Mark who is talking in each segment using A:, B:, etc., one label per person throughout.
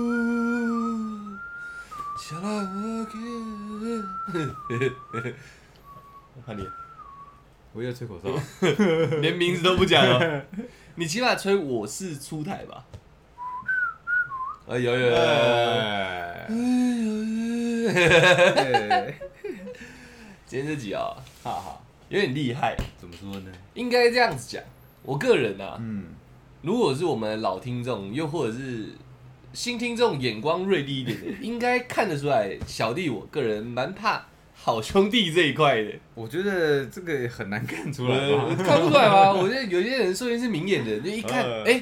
A: Ooh, shall I again？
B: 换你，
C: 我又吹口哨，
B: 连名字都不讲 了。你起码吹我是出台吧？哎
A: 啊，有有有有有有。
C: 哎
B: 呃
A: 哎
B: 今天这集啊、哈哈，有点厉害，
C: 怎么说呢？
B: 应该这样子讲。我个人啊，
C: 嗯，
B: 如果是我们老听众，又或者是新听众，眼光锐利一点的，应该看得出来，小弟我个人蛮怕好兄弟这一块的。
C: 我觉得这个很难看出来
B: 呃
C: 吧。
B: 看不出来吗？我觉得有些人说不定是明眼人，就一看，
C: 呃
B: 哎、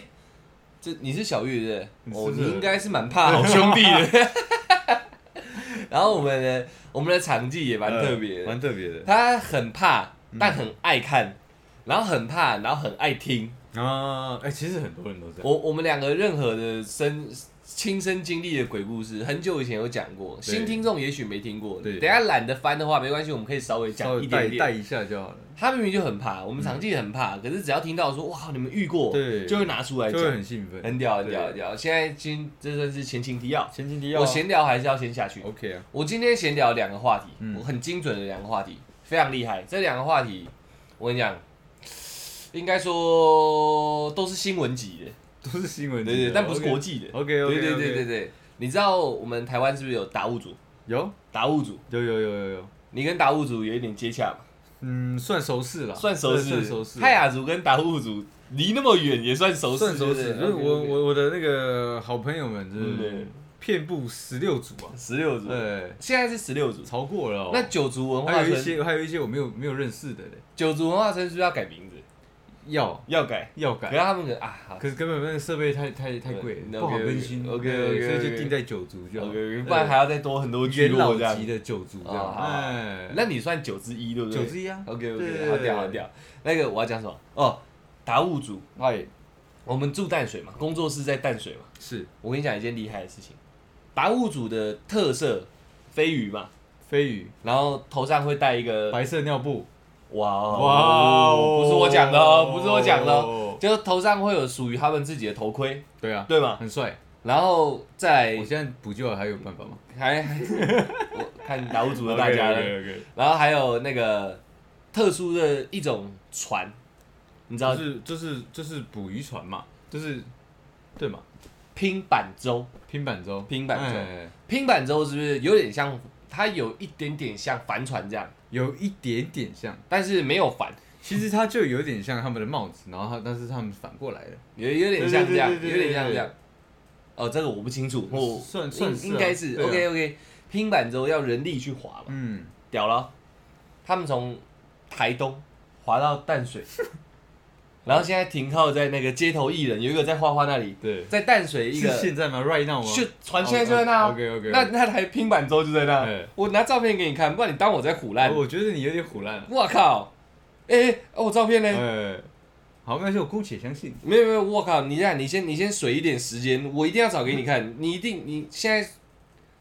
B: 这你是小玉对不
C: 你
B: 对？
C: 是
B: 哦，
C: 不是
B: 你应该是蛮怕好兄弟的。 然后我们的我们的场记也蛮特
C: 呃
B: 别的，
C: 蛮嗯特别的
B: 他很怕，但很爱看，然后很怕，然后很爱听。
C: 啊。哎，其实很多人都这样。
B: 我我们两个任何的身亲身经历的鬼故事，很久以前有讲过，
C: 对
B: 新听众也许没听过。
C: 对
B: 等一下懒得翻的话，没关系，我们可以稍微
C: 稍
B: 讲
C: 微
B: 一
C: 带
B: 点点
C: 带。一下就好了，
B: 他明明就很怕，我们常记很怕，可是只要听到说哇，你们遇过，
C: 嗯对
B: 就会拿出来
C: 就
B: 讲
C: 会，很兴奋。
B: 很屌很屌
C: 对
B: 很屌。现在今这算是前情提要，
C: 前情提要啊，
B: 我闲聊还是要先下去。
C: OK 啊，
B: 我今天闲聊两个话题，
C: 嗯
B: 我很精准的两个话题，非常厉害。这两个话题，我跟你讲，应该说都是新闻级的，
C: 都是新闻
B: 对
C: 记
B: 对
C: 者，
B: 对，但不是国际的。
C: OK OK
B: 对对对对对，你知道我们台湾是不是有达悟组？
C: 有
B: 达悟组，
C: 有有有有有，
B: 你跟达悟组有一点接洽吗？
C: 嗯，算熟识了，
B: 算熟识，
C: 算熟识。
B: 泰雅族跟达悟族离那么远也算熟识，
C: 算熟
B: 对
C: 识，
B: 不
C: 就
B: 对
C: 是我
B: OK，OK 嗯
C: 我我的那个好朋友们，就
B: 对
C: 是遍布十六组啊，
B: 十六族，
C: 对，
B: 现在是十六族。
C: 超过了哦。
B: 那九族文化
C: 还有一
B: 村，
C: 些还有一些我没有没有认识的嘞，
B: 九族文化村是不是要改名字？
C: 要
B: 要改，
C: 要
B: 可
C: 改
B: 是，他们可能啊，好
C: 可是根本那个设备太太太贵
B: 对
C: 了，不好
B: OK，OK，
C: 更新。
B: OK，OK，OK
C: 对所以就定在九族就好。
B: OK，不然还要再多很多
C: 对
B: 聚
C: 元
B: 落
C: 老
B: 这样
C: 级。的九族这
B: 哦
C: 样。
B: 好
C: 哎，
B: 那你算九之一对不对？
C: 九之一啊
B: OK
C: 对
B: OK，
C: 对
B: 好屌好屌。那个我要讲什么？哦，达悟族，
C: 哎
B: 我们住淡水嘛，工作室在淡水嘛。
C: 是
B: 我跟你讲一件厉害的事情，达悟族的特色飞鱼嘛，
C: 飞鱼
B: 然后头上会戴一个
C: 白色尿布，
B: 哇哦，
C: 哇哦
B: 不是我讲的哦，不是我讲的哦
C: 哦，
B: 就头上会有属于他们自己的头盔，
C: 对啊，
B: 对吗？
C: 很帅。
B: 然后再
C: 我现在补救了还有办法吗？
B: 还 我看达悟族的大家了，
C: OK，
B: 然后还有那个特殊的一种船，你知道
C: 就是就是就是捕鱼船嘛，就是对嘛，
B: 拼板舟，
C: 拼板舟，
B: 拼板舟
C: 哎
B: 拼板舟是不是有点像？它有一点点像帆船这样，
C: 有一点点像。
B: 但是没有帆，
C: 其实它就有点像他们的帽子，然后它但是他们反过来了，
B: 有有点像这样，
C: 对对对对
B: 有点像这样。哦，这个我不清楚，我
C: 算
B: 哦应
C: 算是啊
B: 应该是
C: 对啊
B: OK OK。拼板舟要人力去划嘛，
C: 嗯，
B: 屌了，他们从台东滑到 淡水，然后现在停靠在那个街头艺人，有一个在花花那里，
C: 对，
B: 在淡水一
C: 是哦
B: 个
C: 现在吗？Right now 吗？
B: 就船现在就在那啊、
C: OK OK，
B: 那那台拼板舟就在那
C: 哎，
B: 我拿照片给你看，不然你当我在唬烂。
C: 哦我觉得你有点胡乱了。
B: 我靠，哎、哎我照片呢？
C: 哎，好，没关系，我姑且相信。
B: 没有没有，我靠！你这样，你先你先水一点时间，我一定要找给你看。你一定，你现在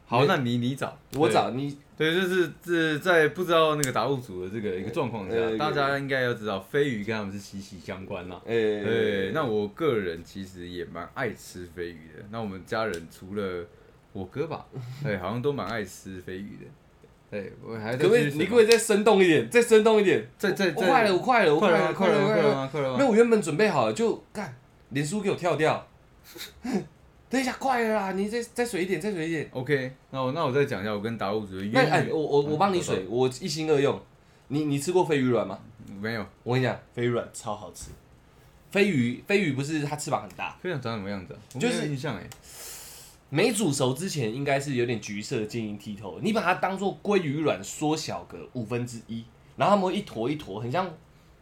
C: 好，
B: 对
C: 那你你找，
B: 我找你，
C: 对，对，就是这在不知道那个达悟族的这个一个状况下，
B: 呃
C: 大家应该要知道飞鱼跟他们是息息相关啦。
B: 呃，
C: 对，那我个人其实也蛮爱吃飞鱼的。那我们家人除了我哥吧， 对，好像都蛮爱吃飞鱼的。对，我还在
B: 可不可以
C: 继续
B: 你可
C: 吃
B: 不可以再生动一点？再生动一点！
C: 再再
B: 我
C: 再
B: 快了，我快了，我
C: 快了
B: 了，
C: 吗快
B: 了，
C: 了吗快了
B: 了！
C: 吗快了啊吗
B: 没有，我原本准备好了，就干，连书给我跳 掉。等一下，快了啦！你再再水一点，再水一点。
C: OK，那我那我再讲一下我跟达悟族的
B: 那
C: 渊
B: 哎，
C: 源。
B: 我我我帮你
C: 嗯
B: 水，我一心二用。你你吃过鲱鱼卵吗？
C: 没有，
B: 我跟你讲，鲱鱼卵超好吃。鲱鱼鲱鱼不是它翅膀很大，
C: 非常长什么样子啊？我
B: 就
C: 没有
B: 是
C: 印象哎。
B: 没煮熟之前应该是有点橘色、晶莹剔透的。你把它当做鲑鱼卵缩小个五分之一，然后它们会一坨一坨，很像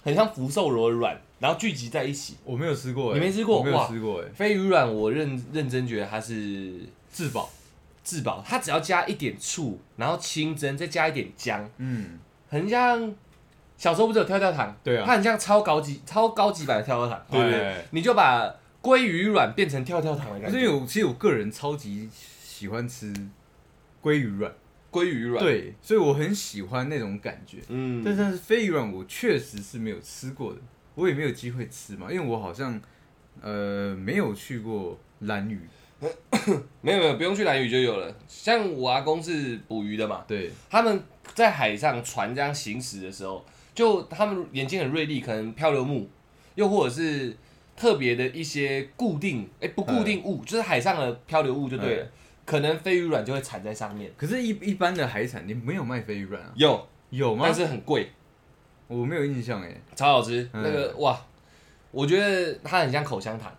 B: 很像福寿螺的卵，然后聚集在一起。
C: 我没有吃过哎，
B: 你没吃过
C: 我没
B: 哇
C: 有吃过哎，
B: 鲱鱼卵我认认真觉得它是
C: 至宝，
B: 至宝，它只要加一点醋，然后清蒸，再加一点姜，
C: 嗯，
B: 很像小时候不是有跳跳糖？
C: 对啊
B: 它很像超高级、超高级版的跳跳糖，对不对？
C: 哎
B: 你就把鲑鱼卵变成跳跳糖的
C: 可
B: 感
C: 是因为
B: 觉，
C: 我其实我个人超级喜欢吃鲑鱼卵，
B: 鲑鱼卵，，
C: 对，所以我很喜欢那种感觉。
B: 嗯，
C: 但是但是飞鱼卵我确实是没有吃过的，我也没有机会吃嘛，因为我好像呃没有去过蓝屿，
B: 没有没有，不用去蓝屿就有了。像我阿公是捕鱼的嘛，
C: 对，
B: 他们在海上船这样行驶的时候，就他们眼睛很锐利，可能漂流木，又或者是特别的一些固定，哎、不固定物，就是海上的漂流物就对了，可能飞鱼卵就会缠在上面。
C: 可是一，一般的海产店没有卖飞鱼卵啊？
B: 有，
C: 有吗
B: 但？是很贵，
C: 我没有印象哎、
B: 超好吃。
C: 嗯
B: 那个哇，我觉得它很像口香糖，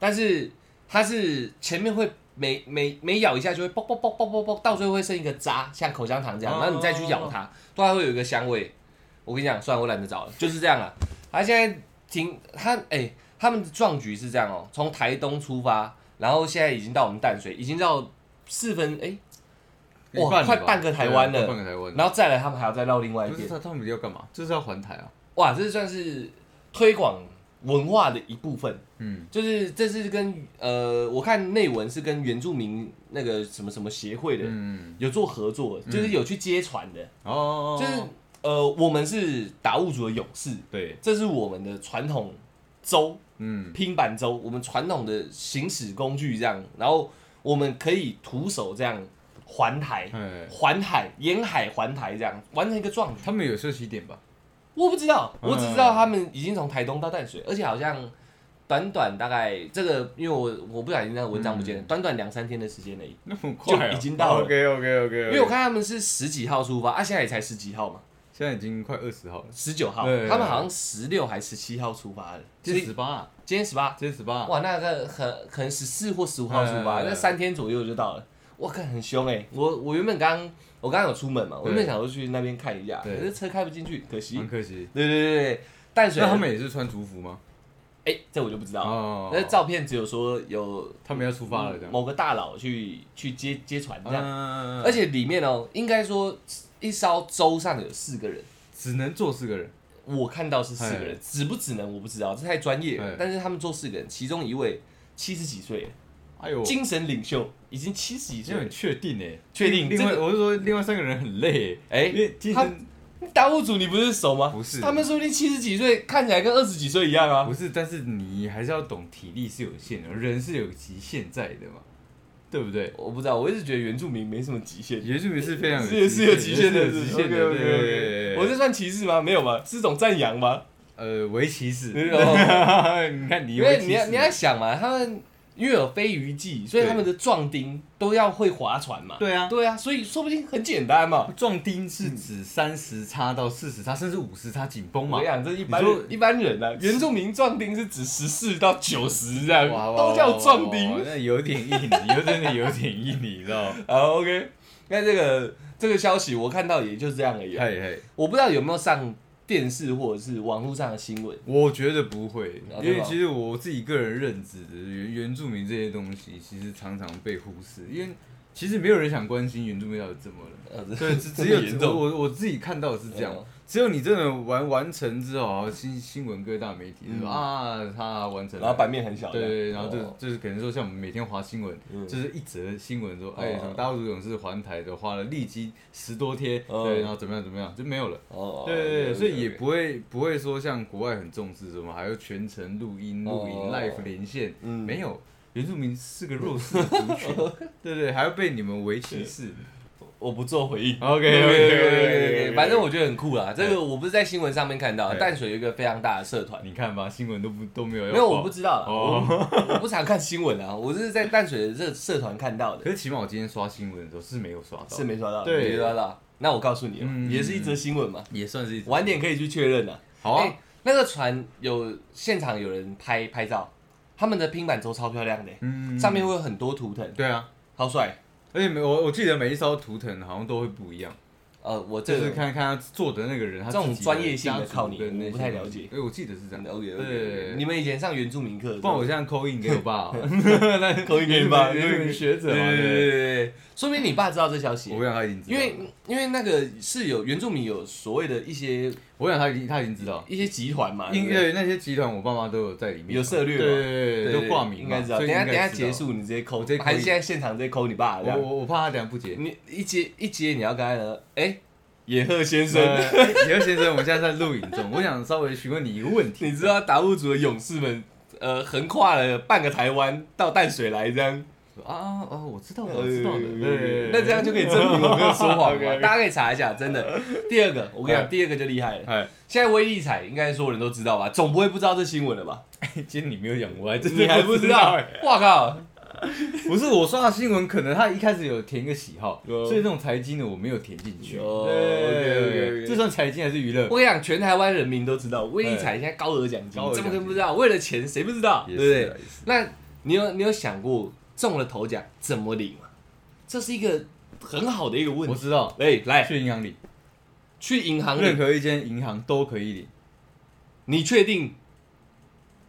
B: 但是它是前面会每每每咬一下就会啵啵啵啵啵啵，到最后会剩一个渣，像口香糖这样，
C: 哦
B: 然后你再去咬它，都还会有一个香味。我跟你讲，算了，我懒得找了，就是这样啊。他现在停，他哎、他们的壮举是这样哦，从台东出发，然后现在已经到我们淡水，已经到四分哎、哇
C: 一半了吧
B: 快半个台湾了
C: 对啊快半个台湾了。
B: 然后再来他们还要再绕另外一
C: 不
B: 边
C: 是。他他们要干嘛？就是要还台啊。
B: 哇，这算是推广文化的一部分，
C: 嗯，
B: 就是这是跟呃，我看内文是跟原住民那个什么什么协会的、
C: 嗯，
B: 有做合作，就是有去接船的，
C: 哦，
B: 就是呃，我们是达悟族的勇士，
C: 对，
B: 这是我们的传统舟，
C: 嗯，
B: 拼板舟，我们传统的行驶工具这样，然后我们可以徒手这样环台。
C: 哎，
B: 环海，沿海环台这样完成一个壮举。
C: 他们有休息点吧？
B: 我不知道，
C: 嗯
B: 我只知道他们已经从台东到淡水，而且好像短短大概这个，因为我我不小心那个文章不
C: 嗯
B: 见了，短短两三天的时间而已。
C: 那么快、啊、
B: 就已经到了
C: OK OK OK，
B: 因为我看他们是十几号出发，啊，现在也才十几号嘛，
C: 现在已经快二十号了，
B: 十九号，
C: 对
B: 他们好像十六还十七号出发的，
C: 今
B: 所
C: 天
B: 以
C: 十八、啊，
B: 今天十八，
C: 今天十八、啊，
B: 哇，那个可可能十四或十五号出发，
C: 嗯
B: 那三天左右就到了。哇，看很凶哎、我我原本刚我刚刚有出门嘛，我原本想说去那边看一下，可
C: 对
B: 是车开不进去，可惜。
C: 蛮可惜。
B: 对对对对，淡水
C: 那他们也是穿族服吗？
B: 哎、这我就不知道了。
C: 哦
B: 那照片只有说有
C: 他们要出发了这样。
B: 某个大佬去去接接船这样，
C: 嗯，
B: 而且里面哦，应该说一艘舟上有四个人，
C: 只能坐四个人。
B: 我看到是四个人
C: 哎，
B: 只不只能我不知道，这太专业了
C: 哎。
B: 但是他们坐四个人，其中一位七十几岁了，
C: 哎呦，
B: 精神领袖，已经七十几
C: 你很
B: 岁。
C: 确定哎？
B: 确定
C: 另外，
B: 这个
C: 我是说另外三个人很累欸，
B: 哎
C: 因为精
B: 他
C: 神
B: 达悟组你不是熟吗？
C: 不是
B: 他们说不定七十几岁看起来跟二十几岁一样啊
C: 不。是，但是你还是要懂体力是有限的，人是有极限在的嘛，对不对？
B: 我不知道，我一直觉得原住民没什么 极限，
C: 原住民是非常
B: 是是有极限的，
C: 有极限的，对
B: OK，OK，OK
C: 对对对
B: 我这算歧视吗？没有吧，是种赞扬吗？
C: 呃围棋士，
B: 没 有。
C: 你看你
B: 因
C: 围
B: 为
C: 棋
B: 你要
C: 士
B: 你要想嘛，他们因为有飞鱼季，所以
C: 对
B: 他们的壮丁都要会划船嘛。
C: 对啊
B: 对啊，所以说不定很简单嘛。
C: 壮丁是指三十叉到四十叉，甚至五十叉紧绷
B: 我
C: 嘛
B: 跟你。讲，这一般
C: 你说
B: 一般人啊，原住民壮丁是指十四到九十这样，
C: 哇哇
B: 都叫壮
C: 哇哇
B: 丁。
C: 那有点硬， 有真的有点硬，你知 道？
B: 好，OK，那这个这个消息我看到也就这样而已啊。
C: 嘿嘿，
B: 我不知道有没有上电视或者是网络上的新闻。
C: 我觉得不会，
B: 啊
C: 因
B: 对
C: 为
B: 吧
C: 其实我自己个人认知的原原住民这些东西，其实常常被忽视，因为其实没有人想关心原住民到底怎么 了。
B: 呃，
C: 对，只只
B: 这么严
C: 有
B: 重。
C: 我我自己看到的是这样
B: 嗯，
C: 只有你真的完完成之后，好像新新闻各大媒体
B: 嗯
C: 说啊，他完成了，
B: 然后版面很小。
C: 对对，然后就
B: 哦
C: 就是可能说，像我们每天划新闻
B: 嗯，
C: 就是一则新闻说，哎，
B: 哦
C: 什么大陆勇士环台的，花了立即十多天，
B: 哦
C: 对，然后怎么样怎么样就没有了。
B: 哦，
C: 对对对，
B: 了解
C: 所以也
B: 了解
C: 不会不会说像国外很重视什么，还要全程录音、录影、
B: 哦
C: live 连线，
B: 嗯
C: 没有。原住民是个弱势的族群， 对对，还要被你们围歧视。
B: 我不做回应。
C: OK，OK，OK，OK，OK，OK
B: 反正我觉得很酷啦。这
C: 对
B: 个我不是在新闻上面看到，
C: 对
B: 淡水有一个非常大的社团，
C: 你看吧，新闻都不都没有要
B: 没有我
C: 报
B: 不知道啦，
C: 哦，
B: 我不常看新闻啊，我是在淡水的这个社团看到
C: 可
B: 的，
C: 是起码我今天刷新闻的时候是没有刷到，
B: 是没刷到，
C: 对
B: 没刷到。那我告诉你哦，
C: 嗯
B: 也是一则新闻嘛，
C: 也算是一种
B: 晚点可以去确认啊。
C: 好啊
B: 哎，那个船有现场有人拍拍照，他们的拼板舟超漂亮的，
C: 嗯
B: 上面会有很多图腾，
C: 对啊，
B: 超帅。
C: 而且每我我记得每一艘图腾好像都会不一样，
B: 呃，我这
C: 就是
B: 个
C: 看看他做的那个人，他
B: 这种
C: 自己
B: 专业性的
C: 家族
B: 靠你
C: 跟那
B: 我不
C: 些
B: 太
C: 东西
B: 了解
C: 哎，我记得是这样。
B: OK
C: 对对
B: OK，
C: 对
B: 你们以前上原住民课的时
C: 不然
B: 候
C: 我，现在扣印给我爸 好了，
B: 口音给你 吧，
C: 原住民学者
B: 对
C: 嘛，
B: 对对
C: 对
B: 对对，说明你爸知道这消息
C: 我，想他已经知道
B: 因
C: 了，
B: 为因为那个是有原住民有所谓的一些
C: 我想他已经他已经知道，
B: 一些集团嘛，啊对
C: 因
B: 不对
C: 为那些集团我爸妈都有在里面，
B: 有涉略嘛
C: 对对
B: 对
C: 对
B: 对
C: 对，
B: 对
C: 都挂名嘛，
B: 应该知道。
C: 所
B: 等
C: 以
B: 一下
C: 应
B: 等
C: 该
B: 一下
C: 知
B: 结
C: 道，
B: 束，你直接抠
C: 我直接，扣
B: 还是
C: 你
B: 现在现场直接抠你爸这
C: 我
B: 样？
C: 我我怕他等下不接。
B: 你一接一接，你要跟他说，哎，野鹤先生，
C: 呃，野鹤先生，我们现在在录影中，我想稍微询问你一个问题。
B: 你知道达悟族的勇士们，呃，横跨了半个台湾到淡水来这样，
C: 说啊啊啊，我知道的，
B: 哎
C: 我知道的。对
B: 那这样就可以证明我没有说 谎
C: OK，OK
B: 了。大家可以查一下，真的。第二个，我跟你
C: 哎
B: 讲，第二个就厉害了。
C: 哎，
B: 现在威力彩应该所有人都知道吧？总不会不知道这新闻了吧？
C: 今 天你没有讲，我还真的
B: 你还不知道
C: 哎？
B: 哇靠！
C: 不是我刷的新闻，可能他一开始有填一个喜好，
B: 哦
C: 所以那种财经的我没有填进去。
B: 哦
C: 对
B: OK，OK，OK
C: 这算财经还是娱乐
B: 我？跟你讲，全台湾人民都知道，威力彩现在高额奖金
C: 高，额奖金
B: 怎么可能不知道？为了钱，谁不知道？对
C: 也
B: 不
C: 是
B: 对
C: 啊？也是
B: 那你有你有想过中了头奖怎么领吗？这是一个很好的一个问
C: 我
B: 题。
C: 知道，
B: 哎，来
C: 去银行领，
B: 去银行
C: 任
B: 领，
C: 何一间银行都可以领
B: 你确定？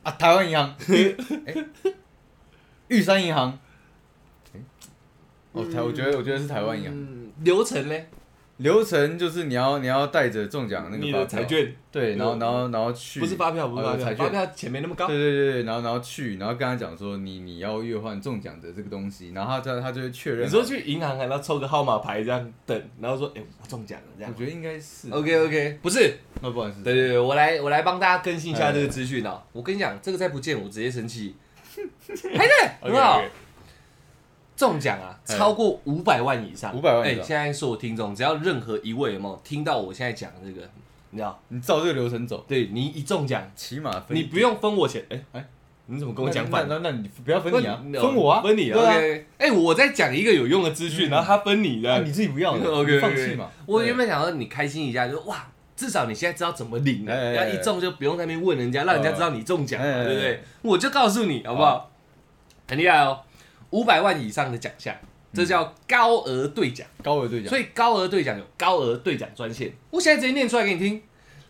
C: 啊，台湾银 行，哎玉山银行，哎哦，台，我觉得我觉得是台湾银行。
B: 嗯，流程呢？
C: 流程就是你要你要带着中奖那个
B: 你
C: 发票
B: 的彩，券
C: 对，然后然后然后去，
B: 不是发票，不是
C: 哦
B: 发
C: 彩券
B: 票，发票钱没那么高
C: 对。对对对，然后然后去，然后跟他讲说你你要兑换中奖的这个东西，然后他他他就会确认。
B: 你说去银行还要抽个号码牌这样等，然后说，哎，我中奖了这
C: 我
B: 样。
C: 觉得应该是
B: OK OK，不是，
C: 那不管是
B: 对对对，我来我来帮大家更新一下这个资讯
C: 哎
B: 哦。我跟你讲，这个再不见我直接 生气。还在很好，中奖啊，
C: 哎
B: 超过五百万以上，
C: 500万以
B: 哎，
C: 上
B: 现在所有听众，只要任何一位有没有听到我现在讲的这个，你知道，
C: 你照这个流程走，
B: 对你一中奖，
C: 起码分
B: 你不用分我钱，哎
C: 哎
B: 哎，你怎么跟我讲反了？
C: 那那那你不要分你啊，
B: 哦
C: 分我啊，嗯
B: 分你啊
C: 对
B: OK，哎，我在讲一个有用的资讯，然后他分你
C: 那
B: 的
C: 啊你。自己不 要的
B: OK，OK，OK
C: 你放弃嘛。
B: 我原本想说你开心一下，就哇，至少你现在知道怎么领
C: 哎哎
B: 了，
C: 哎
B: 要一中就不用在那边问人家，让人家知道你中奖
C: 哎哎哎
B: 嘛，对不对？我就告诉你好不好？很厉害哦，五百万以上的奖项，这叫高额兑奖。
C: 高额兑奖，
B: 所以高额兑奖有高额兑奖专线，我现在直接念出来给你听：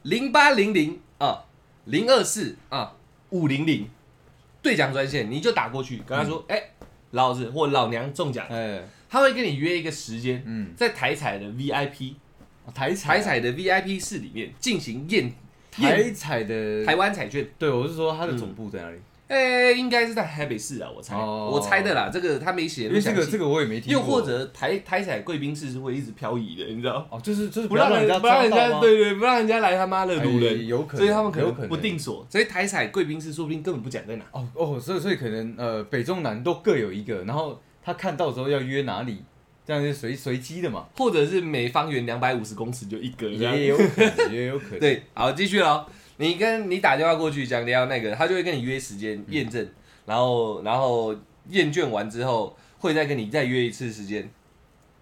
B: 零八零零啊，零二四啊，五零零兑奖专线，你就打过去，跟他
C: 嗯
B: 说，哎、老子或老娘中奖，
C: 哎
B: 他会跟你约一个时间，
C: 嗯，
B: 在台彩的 VIP
C: 台
B: 哦台
C: 彩
B: 彩啊的 VIP 室里面进行验验
C: 台彩的
B: 台湾彩券。
C: 对，我是说它的总部在哪里？
B: 哎、应该是在台北市啊，我猜，
C: 哦
B: 我猜的啦，这个他没写
C: 因
B: 那么
C: 为这
B: 详
C: 个
B: 细。
C: 这个我也没听过。
B: 又或者台台彩贵宾室是会一直漂移的，你知道？
C: 哦，就是就是
B: 不让
C: 人
B: 人不让人
C: 抓到
B: 家
C: 吗，
B: 对对，不让人家来他妈的掳
C: 哎
B: 人，
C: 有可能
B: 所以他们可
C: 有可能
B: 能不定所，所以台彩贵宾室说不定根本不讲在哪。
C: 哦哦，所以所以可能呃北中南都各有一个，然后他看到时候要约哪里，这样就随随机的嘛，
B: 或者是每方圆两百五十公尺就一个这
C: 也
B: 样，
C: 有可能，也有可能。
B: 对，好，继续喽。你跟你打电话过去讲你要那个，他就会跟你约时
C: 嗯
B: 间验证，然后然后验卷完之后会再跟你再约一次时间，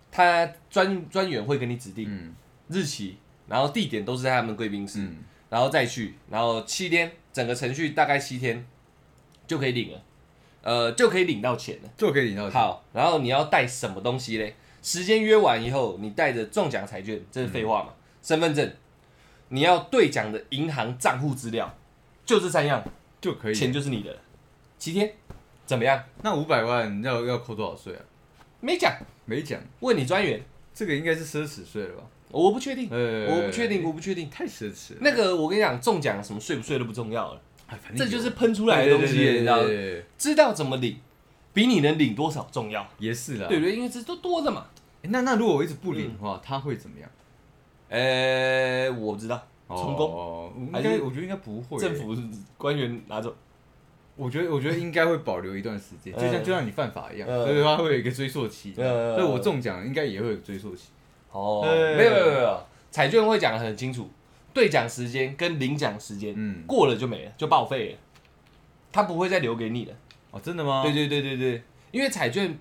B: 他专专员会跟你指定
C: 嗯
B: 日期，然后地点都是在他们贵宾室，
C: 嗯，
B: 然后再去，然后七天，整个程序大概七天就可以领了，呃，就可以领到钱了。
C: 就可以领到钱。
B: 好，然后你要带什么东西嘞？时间约完以后，你带着中奖彩券，这是废话嘛？
C: 嗯
B: 身份证，你要兑奖的银行账户资料，就这三样，
C: 就可以。
B: 钱就是你的了。七天，怎么样？
C: 那五百万要要扣多少税啊？
B: 没讲，
C: 没讲，
B: 问你专员，
C: 这个应该是奢侈税了吧？
B: 我不确定，
C: 呃
B: 我不确定，，我不确定。
C: 太奢侈了。
B: 那个我跟你讲，中奖什么税不税都不重要了，
C: 哎反正
B: 这
C: 有
B: 就是喷出来的东西，你知
C: 对
B: 道吗
C: 对？对对对
B: 知道怎么领，比你能领多少重要，
C: 也是啦。
B: 对嗯不对？因为这都多的嘛。
C: 哎那那如果我一直不领的话，他会怎么样？
B: 呃，我知道，充公，
C: 哦，应
B: 还
C: 该
B: 是
C: 我觉得应该不会。
B: 政，府官员拿走，
C: 我觉得我觉得应该会保留一段时间，就像
B: 嗯
C: 就像你犯法一样，
B: 嗯
C: 所以它会有一个追溯期。
B: 嗯
C: 所以我中奖应该也会有追溯期。
B: 哦，
C: 对
B: 没有没有没有没有，彩券会讲的很清楚，兑奖时间跟领奖时间，
C: 嗯，
B: 过了就没了，就报废了，他不会再留给你了。
C: 哦，真的吗？
B: 对对对对对，因为彩券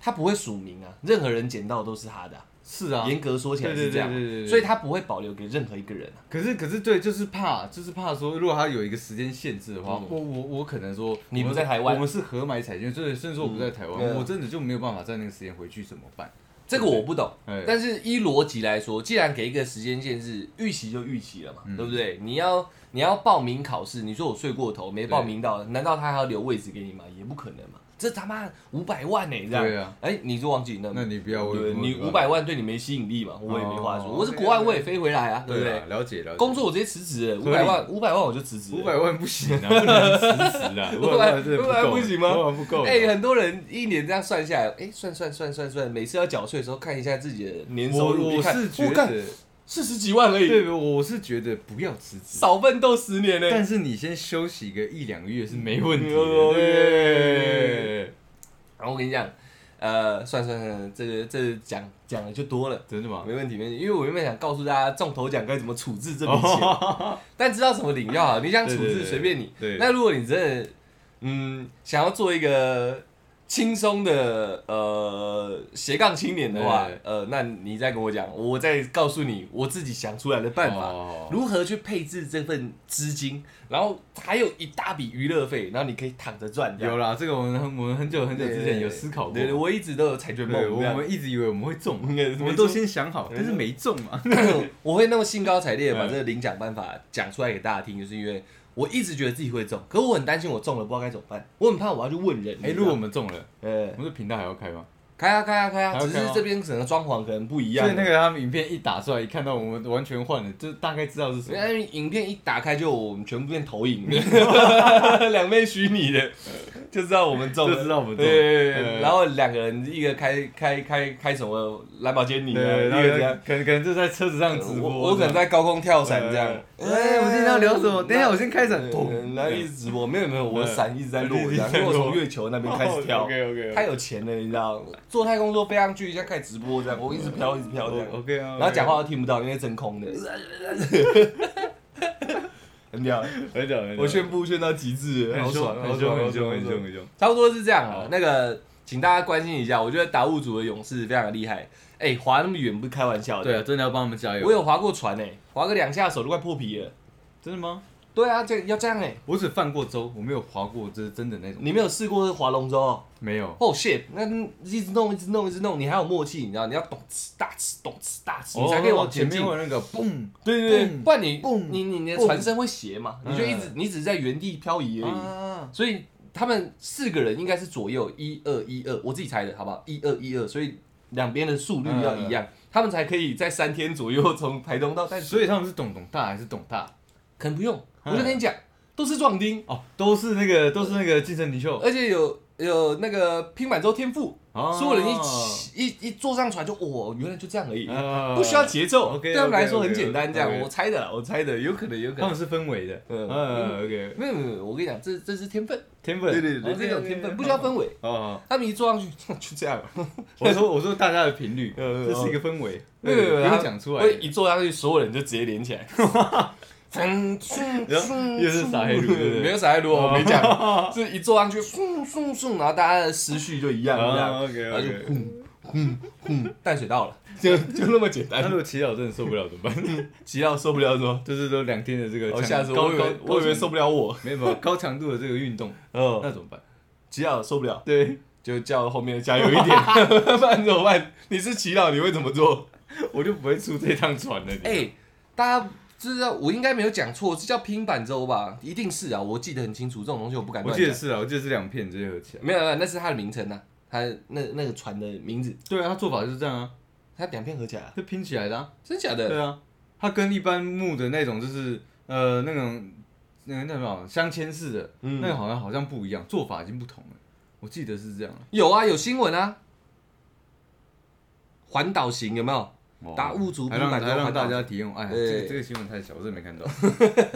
B: 它不会署名啊，任何人捡到都是他的啊、
C: 是啊。
B: 严格说起来是这样
C: 对对对对对
B: 啊，
C: 对
B: 所以他不会保留给任何一个人啊。
C: 可是可是对，就是怕就是怕说，如果他有一个时间限制的话，
B: 嗯
C: 我我我可能说
B: 你
C: 我们
B: 不在台湾
C: 我们是合买彩券，所以甚至说我不在台湾，
B: 嗯对啊
C: 我真的就没有办法在那个时间回去怎么办？
B: 这个我不懂，
C: 哎，
B: 但是依逻辑来说，既然给一个时间限制，预期就预期了嘛，
C: 嗯
B: 对不对？你要你要报名考试，你说我睡过头没报名到，难道他还要留位置给你吗？也不可能嘛，这他妈五百万呢、这样。
C: 对啊，
B: 哎，你就忘记那
C: 那你不要我
B: 对
C: 我
B: 你
C: 我
B: 五百万对你没吸引力嘛，我也没话说。
C: 哦
B: 我是国外，我也飞回来啊，对不
C: 对
B: 对
C: 啊，？了解了解。
B: 工作我直接辞职了，五
C: 合理
B: 百万五百万我就辞职了，
C: 五百万不行啊，不能辞职啊，五百万真的
B: 500万
C: 够
B: 不行吗
C: 五百万不够。
B: 哎、很多人一年这样算下来，哎、算算算算算，每次要缴税的时候看一下自己的年收
C: 我
B: 入，
C: 我
B: 一看
C: 是觉
B: 我看
C: 得，
B: 四十几万而已，
C: 对，我是觉得不要辞职，
B: 少奋斗十年呢、
C: 但是你先休息个一两个月是没问题的。
B: 嗯
C: 对，
B: 然后我跟你讲，呃，算算算，这个这个讲讲的就多了。啊
C: 真的吗？
B: 没问题，没问题，因为我原本想告诉大家中头奖该怎么处置这笔钱， 但知道什么领要好，你想处
C: 对对
B: 置
C: 对
B: 随便你。
C: 对
B: 那如果你真的，嗯，想要做一个轻松的呃斜杠青年的话
C: 对，
B: 呃，那你再跟我讲，我再告诉你我自己想出来的办法，
C: 哦
B: 如何去配置这份资金，然后还有一大笔娱乐费，然后你可以躺着赚。这样
C: 有啦，这个我们很我们很久很久之前有思考过。
B: 对对，我一直都有彩
C: 对
B: 券梦，嗯
C: 我
B: 这样
C: 们一直以为我们会中嘛，
B: 对
C: 我们都先想好，但是没中啊 嘛。
B: 我会那么兴高采烈地把
C: 嗯
B: 这个领奖办法讲出来给大家听，就是因为我一直觉得自己会中，可我很担心我中了不知道该怎么办，我很怕我要去问人。
C: 哎，
B: 你知道
C: 如果我们中了，
B: 呃
C: 我们的频道还要开吗？
B: 开啊开啊开
C: 还
B: 啊，
C: 要
B: 只
C: 开吗
B: 是这边整个装潢可能不一样
C: 所以。那个他们影片一打出来，一看到我们完全换了，就大概知道是什
B: 因
C: 么。
B: 为影片一打开就我们全部变投影， 两面虚拟的，就知道我们中了，
C: 就知道我们中了
B: 对
C: 嗯
B: 对对
C: 对
B: 对然后两个人，一个开开开开什么兰博基尼啊，
C: 对，
B: 一
C: 然
B: 个
C: 后
B: 这样
C: 就，可能可能就在车子上直播。
B: 我我可能在高空跳伞这样。
C: 哎，我们今天要聊什么？等一下我先开伞。
B: 嗯，然后一直直播，没有没有，我的伞一直在落，
C: 嗯
B: 这样，因为我从月球那边开
C: 哦
B: 始跳，
C: OK OK。
B: 太有钱了，你知道，做太空做飞上去，现在开始直播这样，我一直飘一直飘这样，
C: OK 啊。
B: 然后讲话都听不到，因为真空的， 很屌，
C: 很屌，很屌
B: 我炫步炫到极致，好
C: 很
B: 爽，
C: 凶，
B: 好
C: 很
B: 爽，
C: 凶，
B: 好
C: 很
B: 爽
C: 凶，很
B: 好
C: 凶，
B: 爽
C: 很凶。
B: 差不多是这样啊
C: 好。
B: 那个，请大家关心一下，我觉得达悟族的勇士非常的厉害，哎，滑那么远不是开玩笑
C: 对
B: 的，
C: 啊，真的要帮他们加油。
B: 我有滑过船哎，滑个两下手都快破皮了。
C: 真的吗？
B: 对啊，这要这样哎、
C: 我只泛过舟，我没有划过，这是真的那种。
B: 你没有试过划龙舟哦？
C: 没有，
B: 哦、shit，那一直弄一直弄一直弄，你还有默契，你知道，你要懂吃大吃懂吃大吃，你才可以往哦前
C: 哦前
B: 进。
C: 面会有那个嘣，
B: 对对嗯对，
C: 蹦
B: 不然你
C: 蹦
B: 你你你的
C: 蹦
B: 船身会斜嘛，你就一直你只是在原地漂移而已。
C: 啊，
B: 所以他们四个人应该是左右一二一二，我自己猜的好不好？一二一二，所以两边的速率要一样，他们才可以在三天左右从台东到淡水。
C: 所以他们是懂懂大还是懂大？
B: 可能不用，
C: 嗯
B: 我就跟你讲，都是壮丁，
C: 哦，都是那个都是那个精神领袖，
B: 而且有有那个拼满之后天赋。
C: 哦
B: 所有人一起一一坐上船就哦，原来就这样而已，
C: 啊
B: 不需要节奏，
C: OK，
B: 对他们来
C: OK，
B: 说很
C: OK，
B: 简单。这样
C: OK
B: 我猜的啦，我猜的，有可能，有可
C: 他
B: 能
C: 们。是氛围的，
B: 嗯
C: 嗯，OK，
B: 没有没有没有，我跟你讲，这这是天分，
C: 天分，
B: 对对对，
C: OK，
B: 这种
C: OK，
B: 天分
C: OK，
B: 不需要
C: 好。
B: 氛围。
C: 哦，好
B: 他们一坐上去 就这样，
C: 我说我说大家的频率，
B: 嗯嗯
C: 这是一个氛围，
B: 没
C: 对
B: 有
C: 不
B: 没有没有，
C: 用
B: 他
C: 讲出来
B: 我，一坐上去，所有人就直接连起来。嗯，
C: 然后 又是撒黑路对不对哦
B: 没有撒黑路，我没
C: 啊
B: 讲，是一坐上去， 嗖嗖嗖，然后大家的时序就一样，这样，
C: ，OK
B: 然后就
C: OK。
B: 轰轰轰，淡水到了，哎就就那么简
C: 那
B: 单
C: 如。果祈祷真的受不了怎么 办？
B: 急到受不了是吗？
C: 就是都两天的这个
B: 我
C: 强，
B: 下次
C: 高
B: 哦我以为
C: 高
B: 我以为受
C: 高
B: 不了我，
C: 没有没有高强度的这个运动，那
B: 嗯，
C: 怎么办？
B: 急到受不了，
C: 对，
B: 就叫后面的加油一点， 不然怎么办？你是祈祷你会怎么做？
C: 我就不会出这趟船了。你
B: 哎、大家知道我应该没有讲错，是叫拼板舟吧？一定是啊，我记得很清楚，这种东西我不敢
C: 我
B: 乱
C: 记
B: 讲
C: 得。是啊，我记得是两片直接合起来。
B: 没有没有，那是它的名称呐、啊，它那那个船的名字，
C: 对啊，它做法就是这样啊，
B: 它两片合起来、啊，
C: 就拼起来的啊。
B: 真假
C: 对
B: 的？
C: 啊，它跟一般木的那种就是呃那种那个那种镶嵌式的，
B: 嗯
C: 那个好像好像不一样，做法已经不同了。我记得是这样啊。
B: 有啊，有新闻啊，环岛行有没有？达悟族
C: 还
B: 拼
C: 让
B: 板
C: 还
B: 舟
C: 让
B: 环岛
C: 大。家体验，哎呀，
B: 对
C: 这个这个新闻太小，我真的没看到。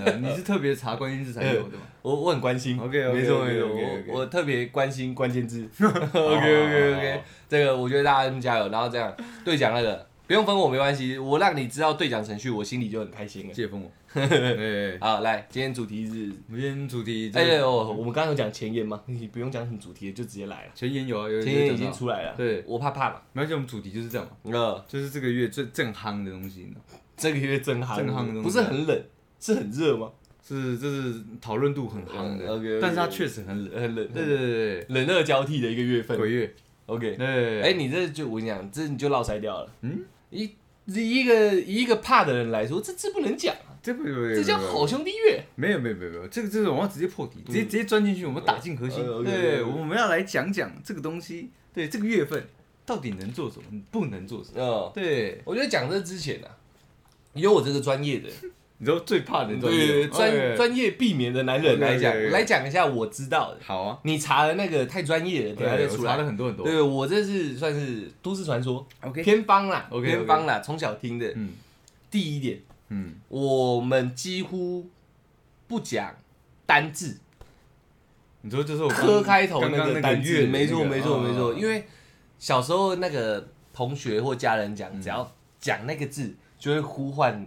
C: 呃你是特别查关键字才有的吗？
B: 我我很关心
C: OK，OK，OK，OK，OK
B: 没错没错，
C: OK，OK
B: 我我特别关心关键 字，OK OK OK，这个我觉得大家加油，然后这样兑奖那个不用分我没关系，我让你知道兑奖程序，我心里就很开心了。
C: 借封我。哎，哎
B: 好，来，今天主题是，
C: 我们今天主题就
B: 哎、
C: 是
B: 对哦，我们刚刚有讲前言吗？你不用讲什么主题，就直接来了，
C: 前言有啊，有
B: 前言已
C: 有讲
B: 经
C: 到
B: 出来了，
C: 对
B: 我怕怕嘛，
C: 没关系，我们主题就是这样嘛，
B: 呃，
C: 就是这个月最正夯的东西，你知道吗
B: 这个月正夯，
C: 正夯的东西
B: 不是很冷，是很热吗？
C: 是这是讨论度很夯
B: 嗯，OK，OK，OK
C: 的，但是它确实很冷。
B: 很冷，
C: 对对对对
B: 冷热交替的一个月
C: 对，
B: 份
C: 鬼月，
B: ，OK，
C: 对，
B: 哎、你这就我跟你讲，这你就落塞掉了。
C: 嗯，
B: 一以一个以一个怕的人来说，这这不能讲啊，
C: 这不不不，
B: 这叫
C: 不
B: 好，嗯兄弟月。
C: 没有没有没有没有，这个这个我们要直接破题，直接直接钻进去，我们打进核心
B: 呃呃，，OK，
C: 对，
B: OK，OK
C: 我们要来讲讲这个东西，对这个月份到底能做什么，不能做什么，
B: 嗯，
C: 对，
B: 我觉得讲这之前啊，有我这个专业的，
C: 你知道最怕的专业
B: 对专
C: OK，
B: 专业避免的男人来讲
C: OK，OK，OK
B: 来讲一下我知道的。
C: 好啊，
B: 你查的那个太专业了，等下再
C: 对，我
B: 出
C: 查了
B: 来。
C: 很多很多
B: 对，我这是算是都市传说
C: ，OK，
B: 偏方啦
C: OK，OK
B: 偏方啦，从小听的。
C: 嗯
B: 第一点，
C: 嗯，
B: 我们几乎不讲单字。
C: 你说就是我刚
B: 科开头
C: 刚
B: 那
C: 刚
B: 个
C: 那
B: 单
C: 月的
B: 字，没错
C: 那个
B: 没错
C: 哦
B: 没错，因为小时候那个同学或家人
C: 嗯
B: 讲，只要讲那个字，就会呼唤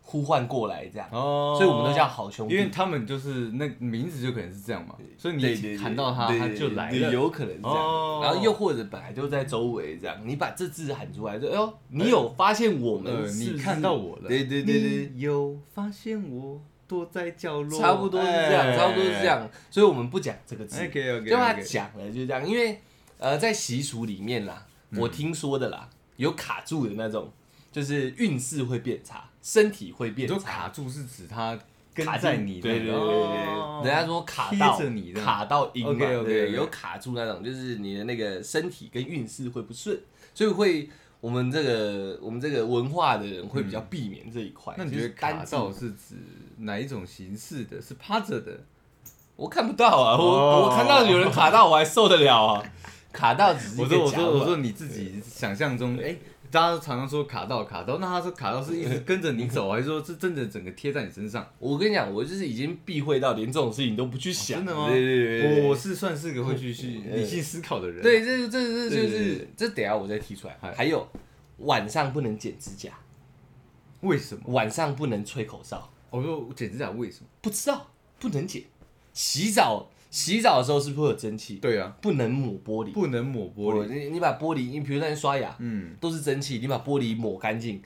B: 呼唤过来这样，
C: 哦
B: 所以我们都叫好兄弟
C: 因为。他们就是那名字就可能是这样嘛，所以
B: 对对
C: 你
B: 对
C: 喊到他，
B: 对
C: 他
B: 对
C: 就来
B: 对
C: 了。
B: 有可能这样。
C: 哦
B: 然后又或者本来就在周围这样，你把这字喊出来，就哎呦，你有发现我们
C: 呃，
B: 是不
C: 你
B: 是
C: 看到我了，
B: 对对对对，
C: 你有发现我躲在角落？
B: 差不多是这
C: 哎
B: 样，差不多是这。样，所以我们不讲这个字，
C: OK OK，
B: 就他讲了就这样，因为呃，在习俗里面啦，
C: 嗯
B: 我听说的啦，有卡住的那种，就是运势会变差，身体会
C: 你
B: 变
C: 说
B: 差，
C: 卡住是指他跟
B: 卡
C: 在你
B: 对
C: 那
B: 对
C: 里
B: 对对
C: 哦
B: 对，人家说卡到
C: 贴着你这样
B: 卡到阴嘛，
C: OK，OK，OK
B: 对，有卡住那种，就是你的那个身体跟运势会不顺，所以会。我们这个我们这个文化的人会比较避免这一块。
C: 那你觉
B: 就
C: 得
B: 是单
C: 卡
B: 字
C: 到是指哪一种形式的？是趴着的？
B: 我看不到啊，我、
C: 哦
B: 我看到有人卡到，我还受得了啊？卡到只是一
C: 我
B: 个
C: 说我
B: 讲
C: 说
B: 法
C: 我说你自己想象中，哎、大家都常常说卡到卡到，那他说卡到是一直跟着你 走，还是说是真的整个贴在你身上？
B: 我跟你讲，我就是已经避讳到连这种事情都不去想，
C: 真的吗？
B: 对对对对
C: 我是算是个会去去理性思考的人。啊
B: 对，这这这
C: 对
B: 就
C: 对对
B: 是这，等一下我再提出
C: 嗨
B: 来。还有晚上不能剪指甲，
C: 为什么？哦
B: 晚上不能吹口哨，
C: 我说我剪指甲为什么？
B: 不知道不能剪。洗澡洗澡的时候是不是会有蒸汽？
C: 对啊，
B: 不能抹玻璃，
C: 不能抹玻璃。
B: 你你把玻璃，你比如说你刷牙
C: 嗯
B: 都是蒸汽，你把玻璃抹干净，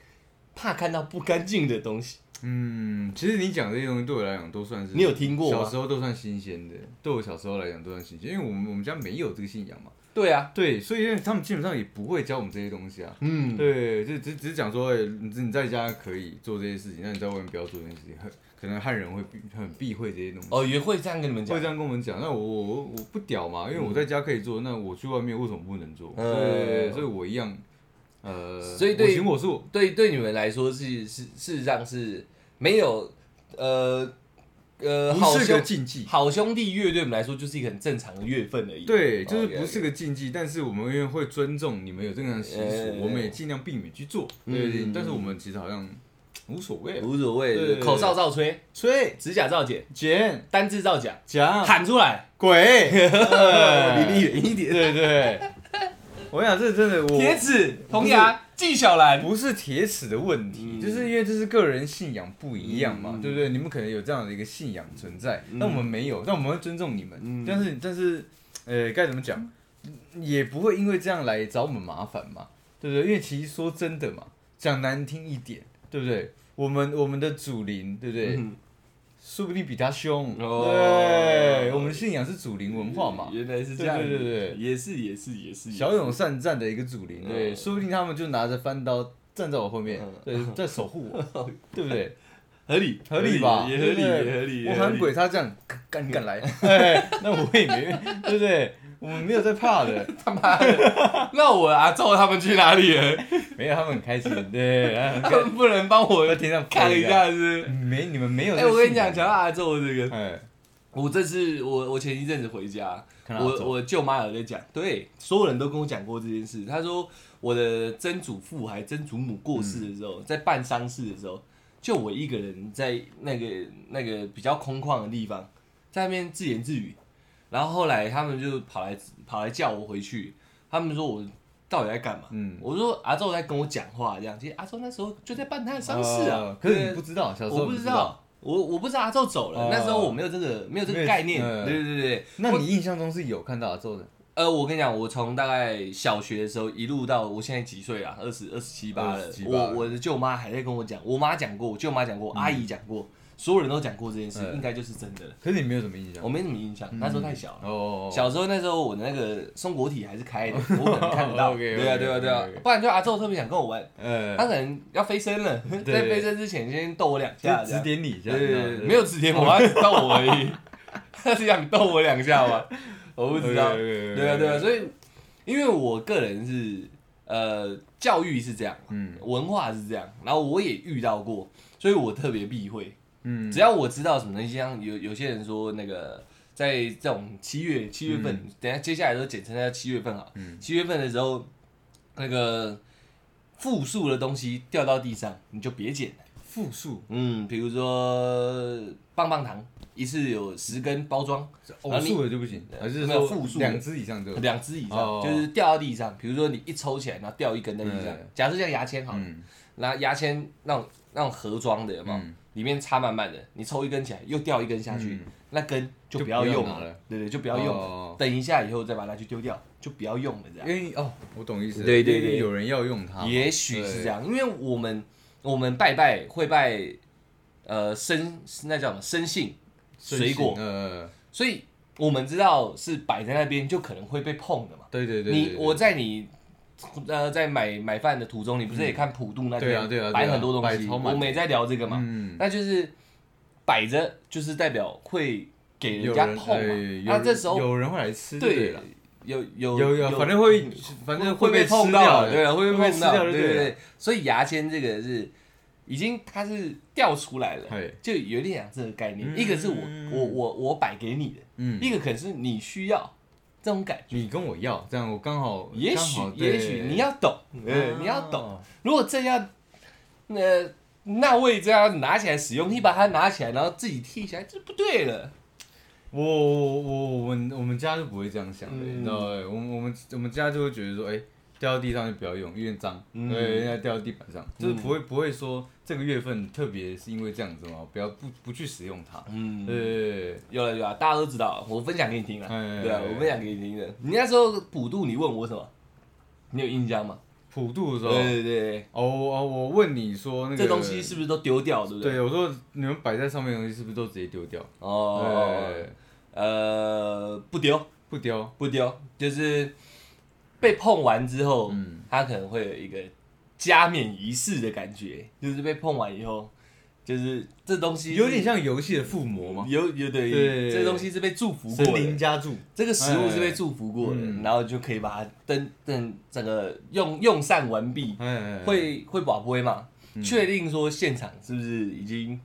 B: 怕看到不干净的东西。
C: 嗯，其实你讲这些东西对我来讲都算是
B: 你有听过吗
C: 小时候都算新鲜的，对我小时候来讲都算新鲜，因为我们我们家没有这个信仰嘛。
B: 对啊，
C: 对，所以他们基本上也不会教我们这些东西啊。
B: 嗯，
C: 对，就只只是讲说，哎、你你在家可以做这些事情，那你在外面不要做这些事情。很可能汉人会避很避讳这些东西，
B: 哦，也会这样跟你们讲
C: 会这。样跟我们讲。那我我我不屌嘛，因为我在家可以做，那我去外面为什么不能做？
B: 嗯
C: 对，所以我一样，呃，
B: 所以对
C: 我行我素。
B: 对对你们来说是是事实上是没有呃呃好
C: 不是个
B: 兄
C: 禁忌，
B: 好兄弟乐对我们来说就是一个很正常的月份而已。
C: 对，
B: 哦
C: 就是
B: 了
C: 不是
B: 解
C: 个禁忌，但是我们因为会尊重你们有这样的习俗，
B: 呃
C: 我们也尽量避免去做。
B: 嗯
C: 对，对但是我们其实好像无所谓，
B: 无所谓，
C: 对对对
B: 口哨照吹，
C: 吹、
B: 指甲照剪，
C: 剪、
B: 单字照讲，
C: 讲、
B: 喊出来，
C: 鬼，哎
B: 呃离你远一点。
C: 对对， 我想这真的我
B: 铁齿铜牙纪晓岚，
C: 不是铁齿的问题，就是因为这是个人信仰不一样嘛，
B: 嗯
C: 对不对？你们可能有这样的一个信仰存在，那、我们没有，但我们会尊重你们。
B: 嗯
C: 但是但是，呃，该怎么讲，也不会因为这样来找我们麻烦嘛，对不对？因为其实说真的嘛，讲难听一点，对不对？我们我们的祖灵，对不对？
B: 嗯
C: 说不定比他凶，
B: 哦
C: 对，我们的信仰是祖灵文化嘛，
B: 原来是这样，
C: 对对对对
B: 也是也是也是。
C: 骁勇善战的一个主力，
B: 嗯
C: 对，说不定他们就拿着翻刀站在我后面，对，在守护 我，对不对？
B: 合理
C: 合理吧？
B: 也合
C: 对不
B: 理
C: 对
B: 也合理。
C: 我
B: 也合
C: 喊
B: 理
C: 鬼， 他这样，敢敢来，哎，那我也没，对不对？我们没有在怕的，
B: 那我阿宙他们去哪里了？
C: 没有，他们很开心，对，他们
B: 他们不能帮我
C: 在天上
B: 看
C: 飞
B: 一
C: 的，
B: 下是不是？
C: 没你们没有。
B: 哎、我跟你讲，讲，到阿宙这个，
C: 哎，
B: 我这次我我前一阵子回家，
C: 看到阿
B: 我
C: 宙
B: 我舅妈有在讲，对，所有人都跟我讲过这件事。她说我的曾祖父还曾祖母过世的时
C: 嗯
B: 候，在办丧事的时候，就我一个人在那个那个比较空旷的地方，在那边自言自语。然后后来他们就跑来跑来叫我回去，他们说我到底在干嘛？
C: 嗯，
B: 我说阿宙在跟我讲话这样，其实阿宙那时候就在办他的丧事啊、
C: 哦可是
B: 对
C: 你不知道，小时候
B: 我不知道，我我不知道阿宙走了，
C: 哦
B: 那时候我没有这个没有这个概念。
C: 没有嗯
B: 对对对，
C: 那你印象中是有看到阿宙的，
B: 呃，我跟你讲，我从大概小学的时候一路到我现在几岁啊，二十二十七八了，
C: 27
B: 我我的舅妈还在跟我讲，我妈讲过，我舅妈讲过，阿姨讲过，所有人都讲过这件事，
C: 嗯
B: 应该就是真的了。
C: 可是你没有什么印象
B: 我。没什么印象，那时候太小了。
C: 哦，
B: 小时候那时候我的那个松果体还是开的，我可能看 得到。
C: OK，OK，
B: 对啊对啊对啊
C: OK，OK，
B: 不然就阿宙特别想跟我玩，
C: 呃
B: 他可能要飞升了，在飞升之前先逗我两下，
C: 就
B: 这
C: 指
B: 样。
C: 点你一下，
B: 对
C: 这
B: 对
C: 样
B: 对，没有指点我，他 只逗我而已，他只想逗我两下嘛， 我不知道。
C: 对
B: 对啊对啊，
C: 以
B: 所以因为我个人是呃教育是这样，
C: 嗯
B: 文化是这样，然后我也遇到过，所以我特别避讳。
C: 嗯，
B: 只要我知道什么东西，像有有些人说那个。在这种七月七月份，等一下接下来都简称叫七月份啊。
C: 嗯
B: 七月份的时候，那个复数的东西掉到地上，你就别捡了。
C: 复数
B: 嗯，比如说棒棒糖，一次有十根包装，
C: 偶数的就不行，还是
B: 啊呃没有
C: 说
B: 复数嗯的
C: 两只以上就？
B: 两只以上，
C: 哦
B: 就是掉到地上。比如说你一抽起来，然后掉一根在地上。
C: 嗯
B: 假设像牙签好了，
C: 嗯
B: 拿牙签那种那种盒装的，有没有？
C: 嗯
B: 里面插满满的，你抽一根起来，又掉一根下去，
C: 嗯
B: 那根就
C: 就
B: 不要
C: 不要
B: 用
C: 拿了
B: 对对，就不要用了。
C: 哦
B: 等一下以后再把它去丢掉，就不要用了这样
C: 因。为哦，我懂意思了，
B: 对对
C: 因为
B: 对
C: 有人要用它嘛，
B: 也许是这样，因为我们我们拜拜会拜呃生那叫什么生性
C: 对
B: 水果，
C: 呃，
B: 所以我们知道是摆在那边就可能会被碰的嘛。
C: 对对对，
B: 你
C: 对
B: 我在你呃在买买饭的途中，你不是也看普渡那
C: 嗯对啊对啊对
B: 边
C: 啊
B: 摆很多东
C: 摆
B: 西，
C: 超满的
B: 我们也在聊这个嘛，
C: 嗯
B: 那就是摆着就是代表会给人
C: 有
B: 家
C: 人
B: 碰
C: 哎
B: 嘛，
C: 有
B: 那这时候
C: 有人会来吃，
B: 对
C: 了，
B: 有有嗯
C: 有有，反正会反正
B: 会
C: 被
B: 碰
C: 吃
B: 到
C: 掉
B: 的，
C: 的，
B: 对啊，会
C: 会
B: 被
C: 被
B: 碰
C: 吃
B: 到，
C: 掉就
B: 对对
C: 对了
B: 对。所以牙签这个是已经它是掉出来了
C: 嘿，
B: 就有点像这个概念。
C: 嗯
B: 一个是我我我我摆给你的，
C: 嗯，
B: 一个可能是你需要这种感觉。
C: 你跟我要这样，我刚好，
B: 也许
C: 刚好对
B: 也许你要懂，对，
C: 哦
B: 你要懂。如果这样，呃，那位这样拿起来使用，你把它拿起来，然后自己剔起来，这不对了。
C: 我我我我们我们家就不会这样想的，
B: 嗯
C: 你知道吗？我们我们我们家就会觉得说，哎、掉到地上就不要用，因为脏，
B: 嗯
C: 对，人家掉到地板上，就是
B: 嗯
C: 不会不会说这个月份特别是因为这样子嘛，不要不不去使用它，
B: 嗯
C: 对，
B: 有了有了，大家都知道，我分享给你听了，
C: 哎
B: 对啊，我分享给你听的。你那时候普渡，你问我什么？你有印象吗？
C: 普渡的时候，
B: 对对对，
C: 哦哦，我问你说那个
B: 这东西是不是都丢掉，对不对？
C: 对，我说你们摆在上面的东西是不是都直接丢掉？
B: 哦，
C: 对，
B: 呃，不丢
C: 不丢，
B: 不丢，就是被碰完之后，
C: 嗯
B: 它可能会有一个加冕仪式的感觉，就是被碰完以后，就是这东西是
C: 有点像游戏的附魔嘛，
B: 有有对，
C: 对
B: 这东西是被祝福过
C: 神
B: 的，
C: 灵加注，
B: 这个食物是被祝福过的，
C: 嗯
B: 然后就可以把它等等整个用用膳完毕，
C: 哎哎，哎
B: 会会保不会嘛？
C: 嗯
B: 确定说现场是不是已经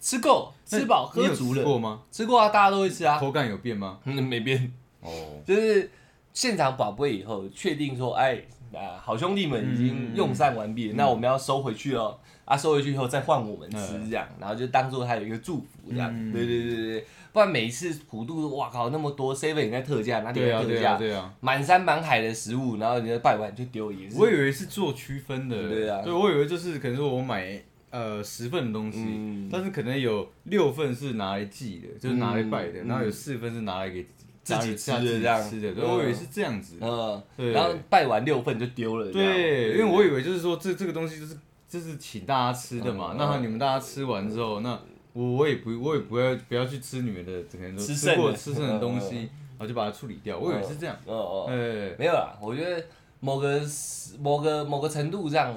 B: 吃够、吃饱、
C: 你
B: 喝
C: 有
B: 足
C: 吃过
B: 了？
C: 吗？
B: 吃过啊，大家都会吃啊，
C: 口感有变吗？
B: 嗯，没变，
C: 哦，
B: 就是现场保不会以后确定说，哎啊，好兄弟们已经用膳完毕了，
C: 嗯
B: 那我们要收回去哦。啊，收回去以后再换我们吃
C: 嗯
B: 这样，然后就当做他有一个祝福这样。
C: 嗯
B: 对对对对对，不然每一次普渡，哇靠，那么多 seven 也在特价，哪里
C: 对
B: 有
C: 啊，
B: 特
C: 对
B: 价？
C: 啊，对啊。
B: 满山满海的食物，然后你就拜完就丢也是。
C: 我以为是做区分的，
B: 对啊
C: 对我以为就是可能说我买呃十份的东西，
B: 嗯
C: 但是可能有六份是拿来祭的，就是拿来拜的，
B: 嗯
C: 然后有四份是拿来给
B: 自己吃的
C: 自己
B: 这样
C: 吃的，对，
B: 嗯
C: 我以为是这样子，
B: 嗯，
C: 对
B: 然后拜完六份就丢了。这样
C: 对，因为我以为就是说这这个东西就是就是请大家吃的嘛，
B: 嗯
C: 那你们大家吃完之后，那我我也不我也不要不要去吃你们的可能说
B: 吃
C: 吃
B: 剩
C: 过
B: 的
C: 吃剩的东西，
B: 嗯
C: 然后就把它处理掉，我以为是这样，
B: 哦哦，
C: 对，
B: 没有啦，我觉得某个某个某个程度上，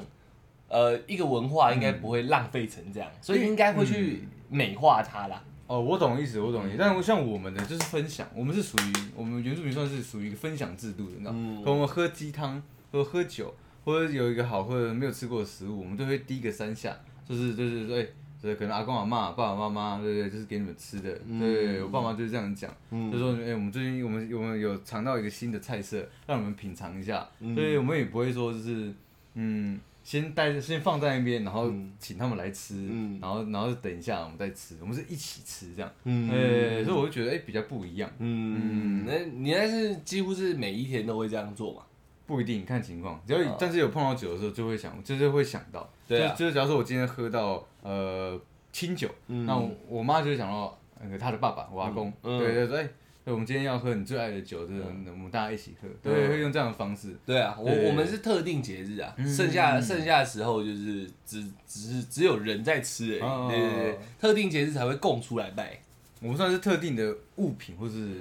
B: 呃，一个文化应该不会浪费成这样，
C: 嗯
B: 所以应该会去美化它啦。
C: 哦，我懂意思，我懂意思。但像我们的就是分享，我们是属于我们原住民算是属于一个分享制度的，你知道，
B: 嗯
C: 嗯、我们喝鸡汤或喝酒，或者有一个好喝的没有吃过的食物，我们都会滴个三下，就是就是说，哎、就是可能阿公阿妈、爸爸妈妈，对不对？就是给你们吃的，对我爸妈就是这样讲，就说，哎、我们最近我们我们有尝到一个新的菜色，让你们品尝一下，所以我们也不会说就是，嗯。先带着，先放在那边，然后请他们来吃，
B: 嗯
C: 然后然后等一下我们再吃，我们是一起吃这样，
B: 嗯
C: 哎，所以我就觉得哎、比较不一样，
B: 嗯，那你那是几乎是每一天都会这样做嘛？
C: 不一定看情况，只要、
B: 哦
C: 但是有碰到酒的时候就会想，就是会想到，
B: 对啊
C: 就就是假如说我今天喝到呃清酒，
B: 嗯
C: 那我我妈就会想到那个她的爸爸我阿公，
B: 嗯嗯嗯
C: 对对对，哎、对我们今天要喝你最爱的酒，就是我们大家一起喝，对，会用这样的方式，
B: 对啊，我
C: 对
B: 我们是特定节日啊，
C: 嗯
B: 剩下剩下的时候就是只只是只有人在吃
C: 哦
B: 而已，对对对，特定节日才会供出来拜，
C: 我们算是特定的物品或是
B: 嗯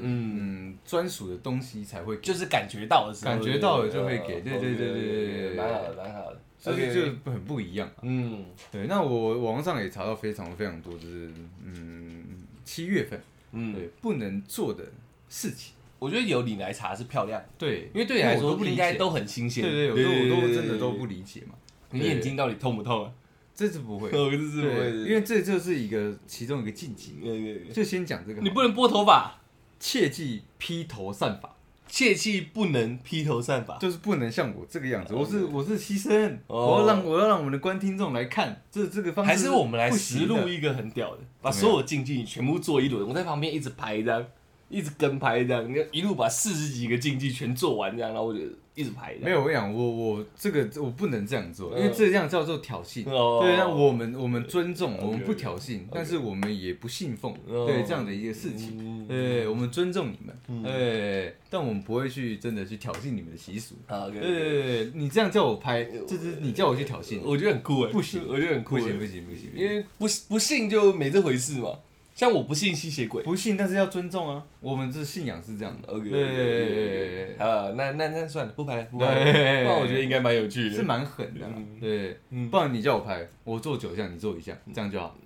C: 嗯专属、的东西才会给，
B: 就是感觉到的时候，
C: 感觉到了就会给对对对对对对对
B: 蛮好的蛮好的，
C: 所以
B: OK，
C: 就很不一样。啊
B: 嗯
C: 对，那我网上也查到非常非常多，就是嗯七月份
B: 嗯，
C: 对不能做的事情，
B: 我觉得由你来查是漂亮，
C: 对，
B: 因为对你来
C: 我
B: 说
C: 都不理
B: 应
C: 解
B: 该都很新鲜。
C: 对对，我都我都真的都不理解嘛，
B: 你眼睛到底痛不痛啊？
C: 这次不会，
B: 我是不
C: 对，因
B: 会
C: 为这就是一个其中一个禁忌，
B: 的，
C: 就先讲这个好了，
B: 你不能拨头发，
C: 切忌披头散发，
B: 切记不能披头散发。
C: 就是不能像我这个样
B: 哦
C: 子，我是我是牺牲，我要让我要让我们的观听众来看，这这个方式
B: 还是我们来
C: 不
B: 实
C: 行的
B: 录一个很屌的，把所有竞技全部做一轮，我在旁边一直拍这样，一直跟拍这样，你要一路把四十几个竞技全做完这样，然后我就一直拍这样。
C: 没有，我跟你讲，我我这个我不能这样做，
B: 嗯
C: 因为这样叫做挑衅。
B: 哦
C: 对，那我们我们尊重，
B: OK，
C: 我们不挑衅，但是我们也不信奉
B: 哦
C: 对这样的一个事情。
B: 嗯
C: 对，我们尊重你们，对，但我们不会去真的去挑衅你们的习俗。
B: 啊，OK，
C: 对，你这样叫我拍，就是你叫我去挑衅，
B: 我觉得很酷哎，
C: 不行
B: 我觉得很酷
C: 不
B: 欸，
C: 行不行不行，因
B: 因
C: 为
B: 为不不信就没这回事嘛。像我不信吸血鬼。
C: 不信，但是要尊重啊。我们这信仰是这样的，
B: OK，
C: 对
B: 啊，那那那算了，不拍了，不拍了。
C: 对
B: 不然我觉得应该蛮有趣的。
C: 是蛮狠的啊。对
B: 嗯，
C: 不然你叫我拍，我做九项，你做一项，这样就好。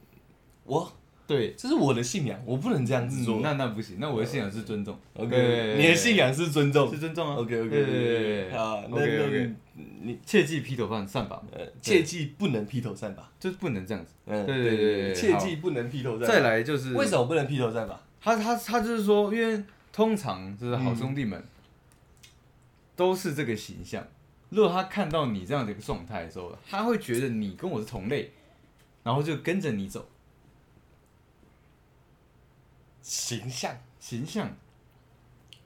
B: 我
C: 对，
B: 这是我的信仰，我不能这样子做
C: 嗯。那那不行，那我的信仰是尊重。
B: OK，你的信仰是尊重
C: 是。尊重啊。
B: OK
C: 对
B: OK
C: 对
B: OK，啊，那
C: OK
B: 那
C: OK，
B: 你
C: 切记披头散散吧，
B: 呃切记不能披头散发。
C: 就是不能这样子。
B: 嗯，
C: 对对对对
B: 切记不能披头散发。
C: 再，来就是
B: 为什么不能披头散发？
C: 他他他就是说，因为通常就是好兄弟们都是这个形象。如果他看到你这样的一个状态的时候，他会觉得你跟我是同类，然后就跟着你走。
B: 形象，
C: 形象。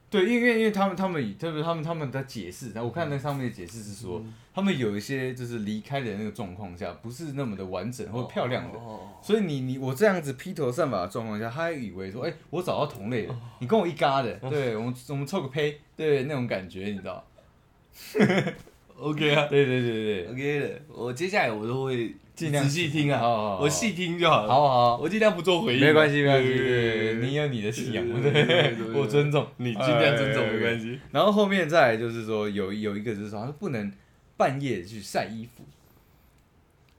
C: 对，因为因为他们他们特别他们他们的解释，我看那上面的解释是说，
B: 嗯
C: 他们有一些就是离开的那个状况下，不是那么的完整或漂亮的，
B: 哦，
C: 所以你你我这样子披头散发的状况下，他还以为说，哎、我找到同
B: 哦
C: 类了，你跟我一嘎的，对我们我们凑个胚，对那种感觉，你知道？
B: OK 啊
C: 对对对对，
B: ，OK 的。我接下来我都会
C: 尽量
B: 仔细听啊，
C: 好好好
B: 我细听就好了。
C: 好好，
B: 我尽量不做 回应。啊
C: 没关系没关系，
B: 对对对对
C: 对
B: 对
C: 你有你的信仰，
B: 对对对对
C: 对
B: 对，对
C: 我尊重
B: 你尽量尊重，
C: 哎
B: 没关系。
C: 然后后面再来就是说有有一个就是说，他说不能半夜去晒衣服。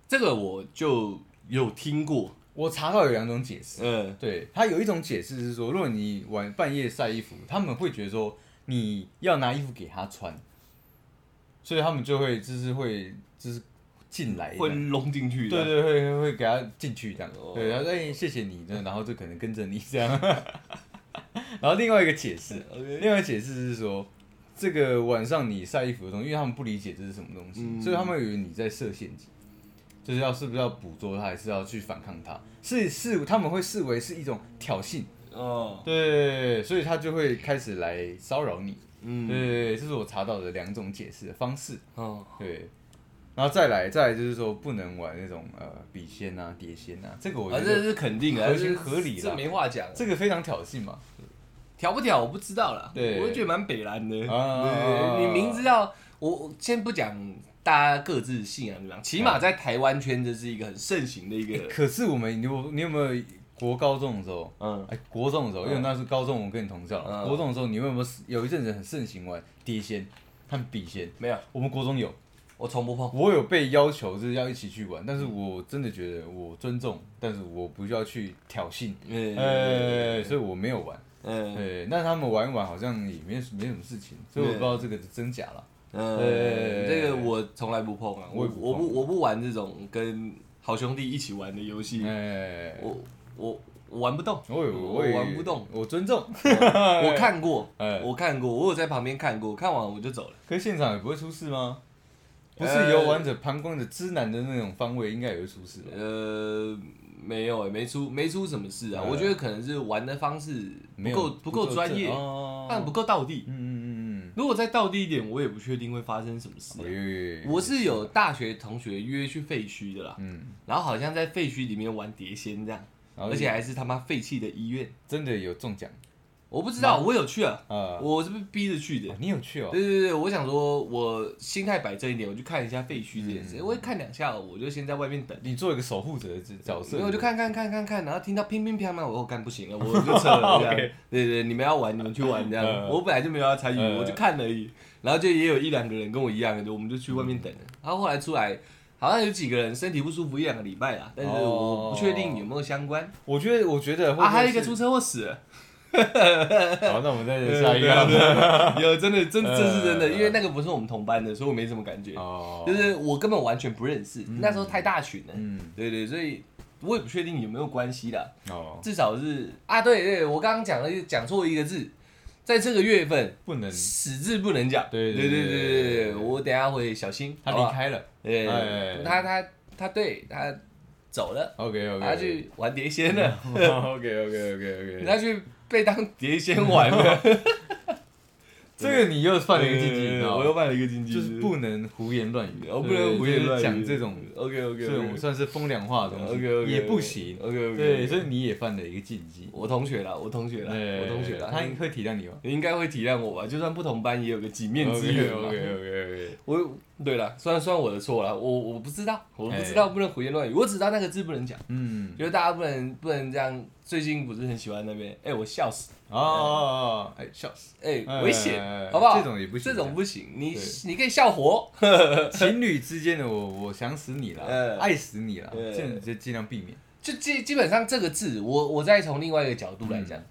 B: 这个我就有听过，
C: 我查到有两种解释，
B: 嗯，
C: 对，他有一种解释是说，如果你晚半夜晒衣服，他们会觉得说你要拿衣服给他穿，所以他们就会就是会就是进来这
B: 会
C: 样。
B: 弄进去
C: 哎对
B: 的。
C: 对，会会会给他进去这样
B: 啊哦，
C: 对，然后说哎谢谢你，然后就可能跟着你这样。 然后另外一个解释，
B: OK，
C: 另外解释是说，这个晚上你晒衣服的东西，因为他们不理解这是什么东西，
B: 嗯
C: 所以他们以为你在设陷阱，就是要是不是要捕捉它，还是要去反抗它，是是他们会视为是一种挑衅，
B: 哦，
C: 对，所以他就会开始来骚扰你，
B: 嗯，
C: 对，这是我查到的两种解释的方式，
B: 哦，
C: 对。然后再来，再来就是说不能玩那种呃笔仙啊、碟仙啊，这个我
B: 啊，
C: 觉
B: 这
C: 得
B: 是肯定的，
C: 合情
B: 这
C: 合理啦
B: 这没话讲。
C: 这个非常挑衅嘛。
B: 挑不挑我不知道啦，
C: 对
B: 我就觉得蛮北蓝的。对
C: 啊
B: 对对你明知道，我我先不讲大家各自信仰怎么样，起码在台湾圈这是一个很盛行的一个，
C: 可是我们，你有你有没有国高中的时候，
B: 嗯，
C: 哎，国中的时候，因为
B: 嗯
C: 那是高中，我跟你同校。
B: 嗯
C: 国中的时候，你们有没有有一阵子很盛行玩碟仙和笔仙？
B: 没有，
C: 我们国中有，
B: 我从不碰。
C: 我有被要求就是要一起去玩，
B: 嗯
C: 但是我真的觉得我尊重，但是我不需要去挑衅，呃，
B: 嗯
C: 所以我没有玩。
B: 嗯
C: 对，那他们玩一玩好像也没没什么事情，所以我不知道这个真假了。
B: 嗯，
C: 对
B: 这个我从来不碰啊，
C: 我也
B: 我
C: 不碰
B: 我不我不玩这种跟好兄弟一起玩的游戏，
C: 哎，
B: 我我我玩不动，
C: 我也
B: 我
C: 也
B: 玩不动，
C: 我尊重。
B: 我看过，
C: 哎
B: 我看过，我有在旁边看过，看完我就走了。
C: 可是现场也不会出事吗？不
B: 呃
C: 是游玩者、旁观者、知难的那种方位，应该也会出事吧？
B: 呃，没有、欸，没出没出什么事啊。
C: 哎
B: 我觉得可能是玩的方式不
C: 没有
B: 够不够专业，
C: 哦
B: 但
C: 但
B: 不够到地。
C: 嗯嗯嗯
B: 如果再到地一点，我也不确定会发生什么事
C: 嗯，
B: 啊、
C: 哎
B: 我是有大学同学约去废墟的啦，
C: 嗯，
B: 然后好像在废墟里面玩碟仙这样，
C: 然后
B: 而且还是他妈废弃的医院。
C: 真的有中奖
B: 我不知道，我有去啊，
C: 啊！
B: 我是被逼着去的
C: 哦。你有去哦？
B: 对对对，我想说，我心态摆正一点，我去看一下废墟这件事。
C: 嗯
B: 我一看两下，我就先在外面等。
C: 你做一个守护者的角色，
B: 所以我就看看看看看，然后听到乒乒乓乓，我说干不行 了，我就撤了。这样
C: OK
B: 对对，你们要玩你们去玩这样，
C: 嗯
B: 我本来就没有要参与，
C: 嗯
B: 我就看而已。然后就也有一两个人跟我一样的，我们就去外面等
C: 嗯
B: 了。然后后来出来，好像有几个人身体不舒服一两个礼拜啦，但是我
C: 哦
B: 不确定有没有相关。
C: 我觉得，我觉得会不
B: 啊，
C: 会
B: 还有一个
C: 是
B: 出车祸死了，
C: 好，那我们再下一
B: 对对
C: 个
B: 对 有真的真这是真的，
C: 嗯
B: 因为那个不是我们同班的，所以我没什么感觉，
C: 哦，
B: 就是我根本完全不认识，那时候太大群了。
C: 嗯
B: 对对，所以我也不确定有没有关系啦。
C: 哦，
B: 至少是啊，对对，我刚刚讲了讲错一个字，在这个月份，
C: 不能
B: 死字不能讲。
C: 对
B: 嗯
C: 对
B: 对对
C: 对
B: 对对
C: 对
B: 对，
C: 对
B: 我等一下会小心。
C: 他
B: 好不啊好
C: 离，开了。
B: 对，
C: 哎
B: 他他他对他走了，
C: OK OK，
B: 他 去玩碟仙了，
C: OK OK OK
B: 他
C: OK，
B: 去被当碟仙玩 了。
C: 这个你又犯了一个禁忌，你知道
B: 我
C: 吗
B: 又犯了一个禁忌，
C: 就是不能胡言乱语，
B: 哦我不能胡
C: 对
B: 言
C: 就
B: 乱
C: 是
B: 语
C: 讲这种
B: OK OK，
C: 这种算是风凉话的东
B: OK OK
C: 西，也不行。
B: OK OK，
C: 对，所以你呃也犯了一个禁忌。
B: 我同学啦，我同学啦，
C: 对
B: 我同学啦，
C: 他会体谅你 吗？
B: 你应该会体谅我吧？就算不同班，也有个几面之缘嘛。
C: OK OK OK，
B: 我对了，虽然虽然我的错了，我我不知道，我不知道不能胡言
C: 哎
B: 乱语，我只知道那个字不能讲，
C: 嗯，
B: 就是大家不能不能这样。最近不是很喜欢那边，哎，我笑死，
C: 哦哦哦，哎，笑 死，
B: 哎，
C: 哎
B: 危险
C: 哎哎，
B: 好不好？
C: 这种也不行
B: 这种不行，你
C: 对
B: 你可以笑活，
C: 情侣之间的我，我想死你
B: 哎
C: 了，爱死你了，
B: 哎
C: 这样就尽量避免。
B: 就基基本上这个字，我我再从另外一个角度来讲，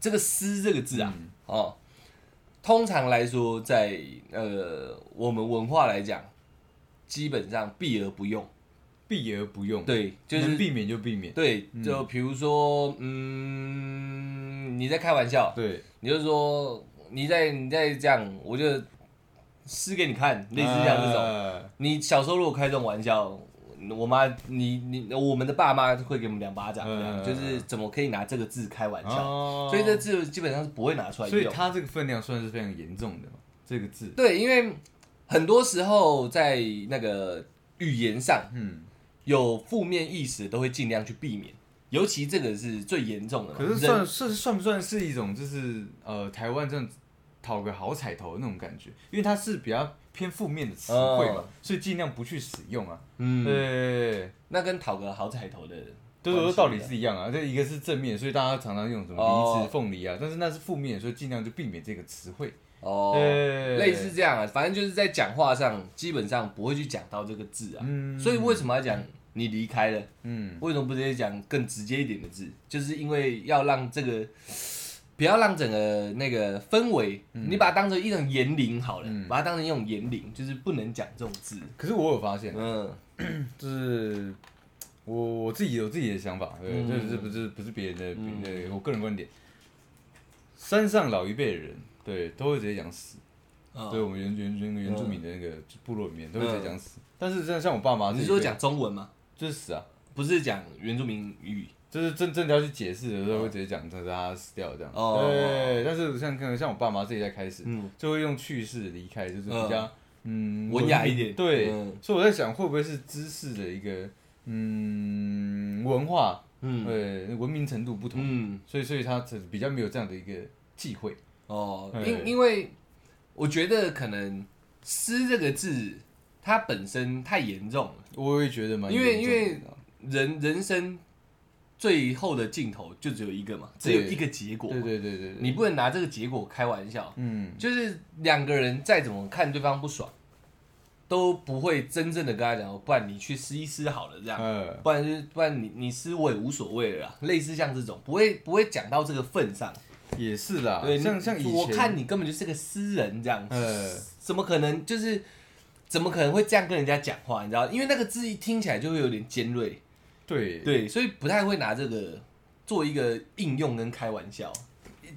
B: 这个“思”这个字啊，
C: 嗯
B: 哦，通常来说在，呃我们文化来讲，基本上避而不用。
C: 避而不用，，
B: 对，就
C: 能
B: 是
C: 避免就避免。
B: 对，就比如说，嗯，你在开玩笑，
C: 对，
B: 你就说你在你在这样，我就撕给你看，类似像这种。
C: 种，
B: 你小时候如果开这种玩笑，我妈你你我们的爸妈会给我们两巴掌，这样
C: 嗯
B: 就是怎么可以拿这个字开玩笑？
C: 哦，
B: 所以这字基本上是不会拿出来
C: 所以
B: 用。
C: 它这个分量算是非常严重的嘛，这个字，
B: 对，因为很多时候在那个语言上，
C: 嗯，
B: 有负面意识都会尽量去避免，尤其这个是最严重的嘛。
C: 可是
B: 嗯人
C: 算算算不算是一种就是呃台湾这样讨个好彩头的那种感觉？因为它是比较偏负面的词汇嘛，
B: 哦
C: 所以尽量不去使用啊。
B: 嗯，
C: 对，
B: 那跟讨个好彩头的
C: 对，
B: 关
C: 我
B: 系
C: 说道理
B: 的
C: 是一样啊。这一个是正面，所以大家常常用什么梨
B: 哦
C: 子、凤梨啊，但是那是负面，所以尽量就避免这个词汇。
B: 哦，
C: 对
B: 类似这样啊，反正就是在讲话上基本上不会去讲到这个字啊，
C: 嗯
B: 所以为什么要讲你离开了？
C: 嗯，
B: 为什么不直接讲更直接一点的字？就是因为要让这个。不要让整个那个氛围，你把它当成一种言灵好了，
C: 嗯
B: 把它当成一种言灵，就是不能讲这种字。
C: 可是我有发现，
B: 嗯，
C: 就是我我自己有自己的想法，对，
B: 嗯
C: 这、是不是不是别人的，别人的我个人观点。山上老一辈的人，对，都会直接讲死。
B: 哦
C: 对，我们原原原原住民的那个部落里面都会直接讲死。但是像像我爸妈，
B: 嗯你是说讲中文吗？
C: 就是死啊，
B: 哦不是讲原住民语
C: 就是真正的要去解释的时候，会直接讲他他死掉这样。
B: 哦
C: 对，但是像可能像我爸妈这一代开始，
B: 嗯
C: 就会用去世离开，就是比较嗯
B: 文雅一点
C: 对，
B: 嗯
C: 所以我在想，会不会是知识的一个嗯文化，
B: 嗯
C: 对，文明程度不同，
B: 嗯
C: 所以所以他只比较没有这样的一个忌讳。
B: 哦，
C: 哎
B: 因因为我觉得可能“诗”这个字它本身太严重了，
C: 我也觉得蛮
B: 因为
C: 严重的，
B: 因为人人生最后的尽头就只有一个嘛，只有
C: 对
B: 一个结果嘛，
C: 对对对对对，
B: 你不能拿这个结果开玩笑。
C: 嗯
B: 就是两个人再怎么看对方不爽，都不会真正的跟他讲，哦不然你去撕一撕好了这样。
C: 呃
B: 不然就是不然你你撕我也无所谓了啦，类似像这种不会不会讲到这个份上，
C: 也是啦，
B: 对，
C: 啊像
B: 你
C: 像以前
B: 我看你根本就是个私人这样，
C: 呃
B: 怎么可能就是怎么可能会这样跟人家讲话？你知道，因为那个字一听起来就会有点尖锐，
C: 对
B: 对，所以不太会拿这个做一个应用跟开玩笑，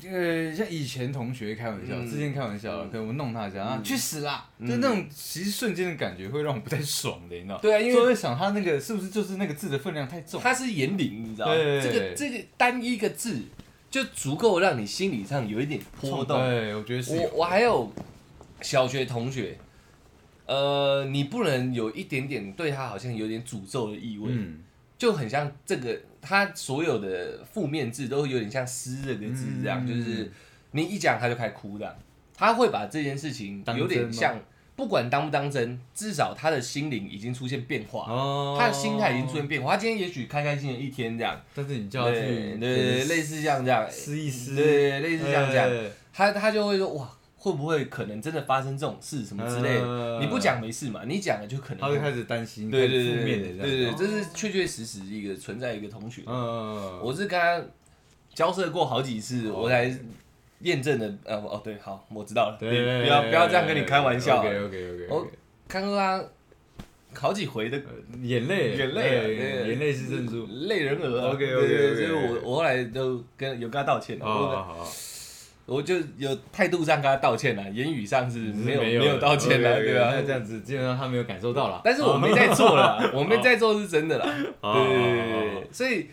C: 呃，像以前同学开玩笑，
B: 嗯
C: 之前开玩笑，可能我弄他一下，啊，去死啦！就那种其实瞬间的感觉会让我不太爽的，你知道？
B: 对啊因为
C: 所以我在想他那个是不是就是那个字的分量太重？
B: 它是言灵，你知道吗？
C: 对
B: 这个这个单一个字就足够让你心理上有一点波动，
C: 对，我觉得是有
B: 我我还有小学同学，呃，你不能有一点点对他好像有点诅咒的意味，
C: 嗯，
B: 就很像这个他所有的负面字都有点像“诗”这个字这样，
C: 嗯
B: 就是你一讲他就开始哭的，他会把这件事情
C: 当真
B: 有
C: 吗
B: 点像，不管当不当真，至少他的心灵已经出现变化。
C: 哦
B: 他的心态已经出，现变化，他今天也许开开心心的一天这样，
C: 但是你叫他
B: 对
C: 去
B: 对对，类似像这样，
C: 撕一撕，
B: 对类似像这样，
C: 哎
B: 他他就会说哇，会不会可能真的发生这种事什么之类的？
C: 呃
B: 你不讲没事嘛，你讲了就可能
C: 他
B: 会
C: 就开始担心，
B: 对对
C: 开始负
B: 对
C: 面
B: 对
C: 的这样，哦
B: 对对，这是确确实实一个存在一个同学，
C: 嗯，
B: 我是跟他交涉过好几次，
C: 哦
B: 我才验证的。呃，哦对，好，我知道了，
C: 对，
B: 不要不要这样跟你开玩笑。
C: OK OK
B: 我
C: OK，
B: 看过他好几回的
C: 眼泪
B: 眼泪啊
C: 哎
B: 对
C: 眼泪是珍珠。
B: 泪人儿啊。
C: OK，OK，
B: 对对
C: OK，OK
B: 所以我我后来都跟有跟他道歉了。
C: 哦，
B: 我
C: 好好
B: 我就有态度上跟他道歉了，言语上是没有
C: 没
B: 没有道歉
C: 啊
B: 了，对吧
C: 那？这样子基本上他没有感受到了。
B: 但是我没在 做了，我没在做是真的啦。
A: 哦
B: 对对对对，所以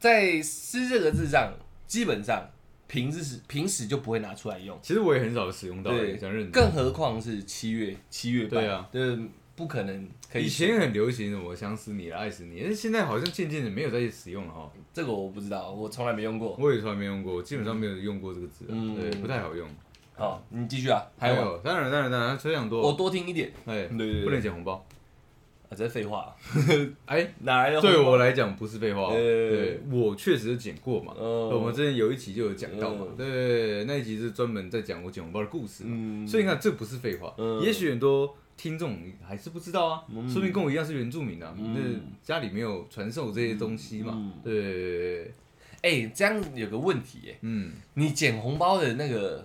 B: 在“诗”这个字上，基本上平日平时就不会拿出来用，
C: 其实我也很少使用到，
B: 对
C: 讲认，真。
B: 更何况是七月七月半，
C: 对啊，
B: 就是不可能可以。
C: 以前很流行的“我想死你了，爱死你”，但是现在好像渐渐的没有再使用了哈。
B: 这个我不知道，我从来没用过。
C: 我也从来没用过，我基本上没有用过这个字啊，
B: 嗯
C: 对，不太好用。
B: 好，你继续啊，还有吗
C: 有，当然当然当然，抽奖
B: 我
C: 多，
B: 多听一点
C: 哎，
B: 对对对
C: 不能捡红包。
B: 啊，这是废话，
C: 哎，
B: 哪来的红包？
C: 对我来讲不是废话，哦
B: 呃
C: 对我确实是捡过嘛。
B: 哦
C: 我们之前有一期就有讲到嘛，
B: 嗯
C: 对，那一集是专门在讲我捡红包的故事嘛。
B: 嗯，
C: 所以你看，这不是废话
B: 嗯，
C: 也许很多。听众还是不知道啊，说明跟我一样是原住民啊，
B: 嗯
C: 那家里没有传授这些东西嘛
B: 嗯，
C: 对，
B: 哎，这样有个问题哎，
C: 嗯，
B: 你捡红包的那个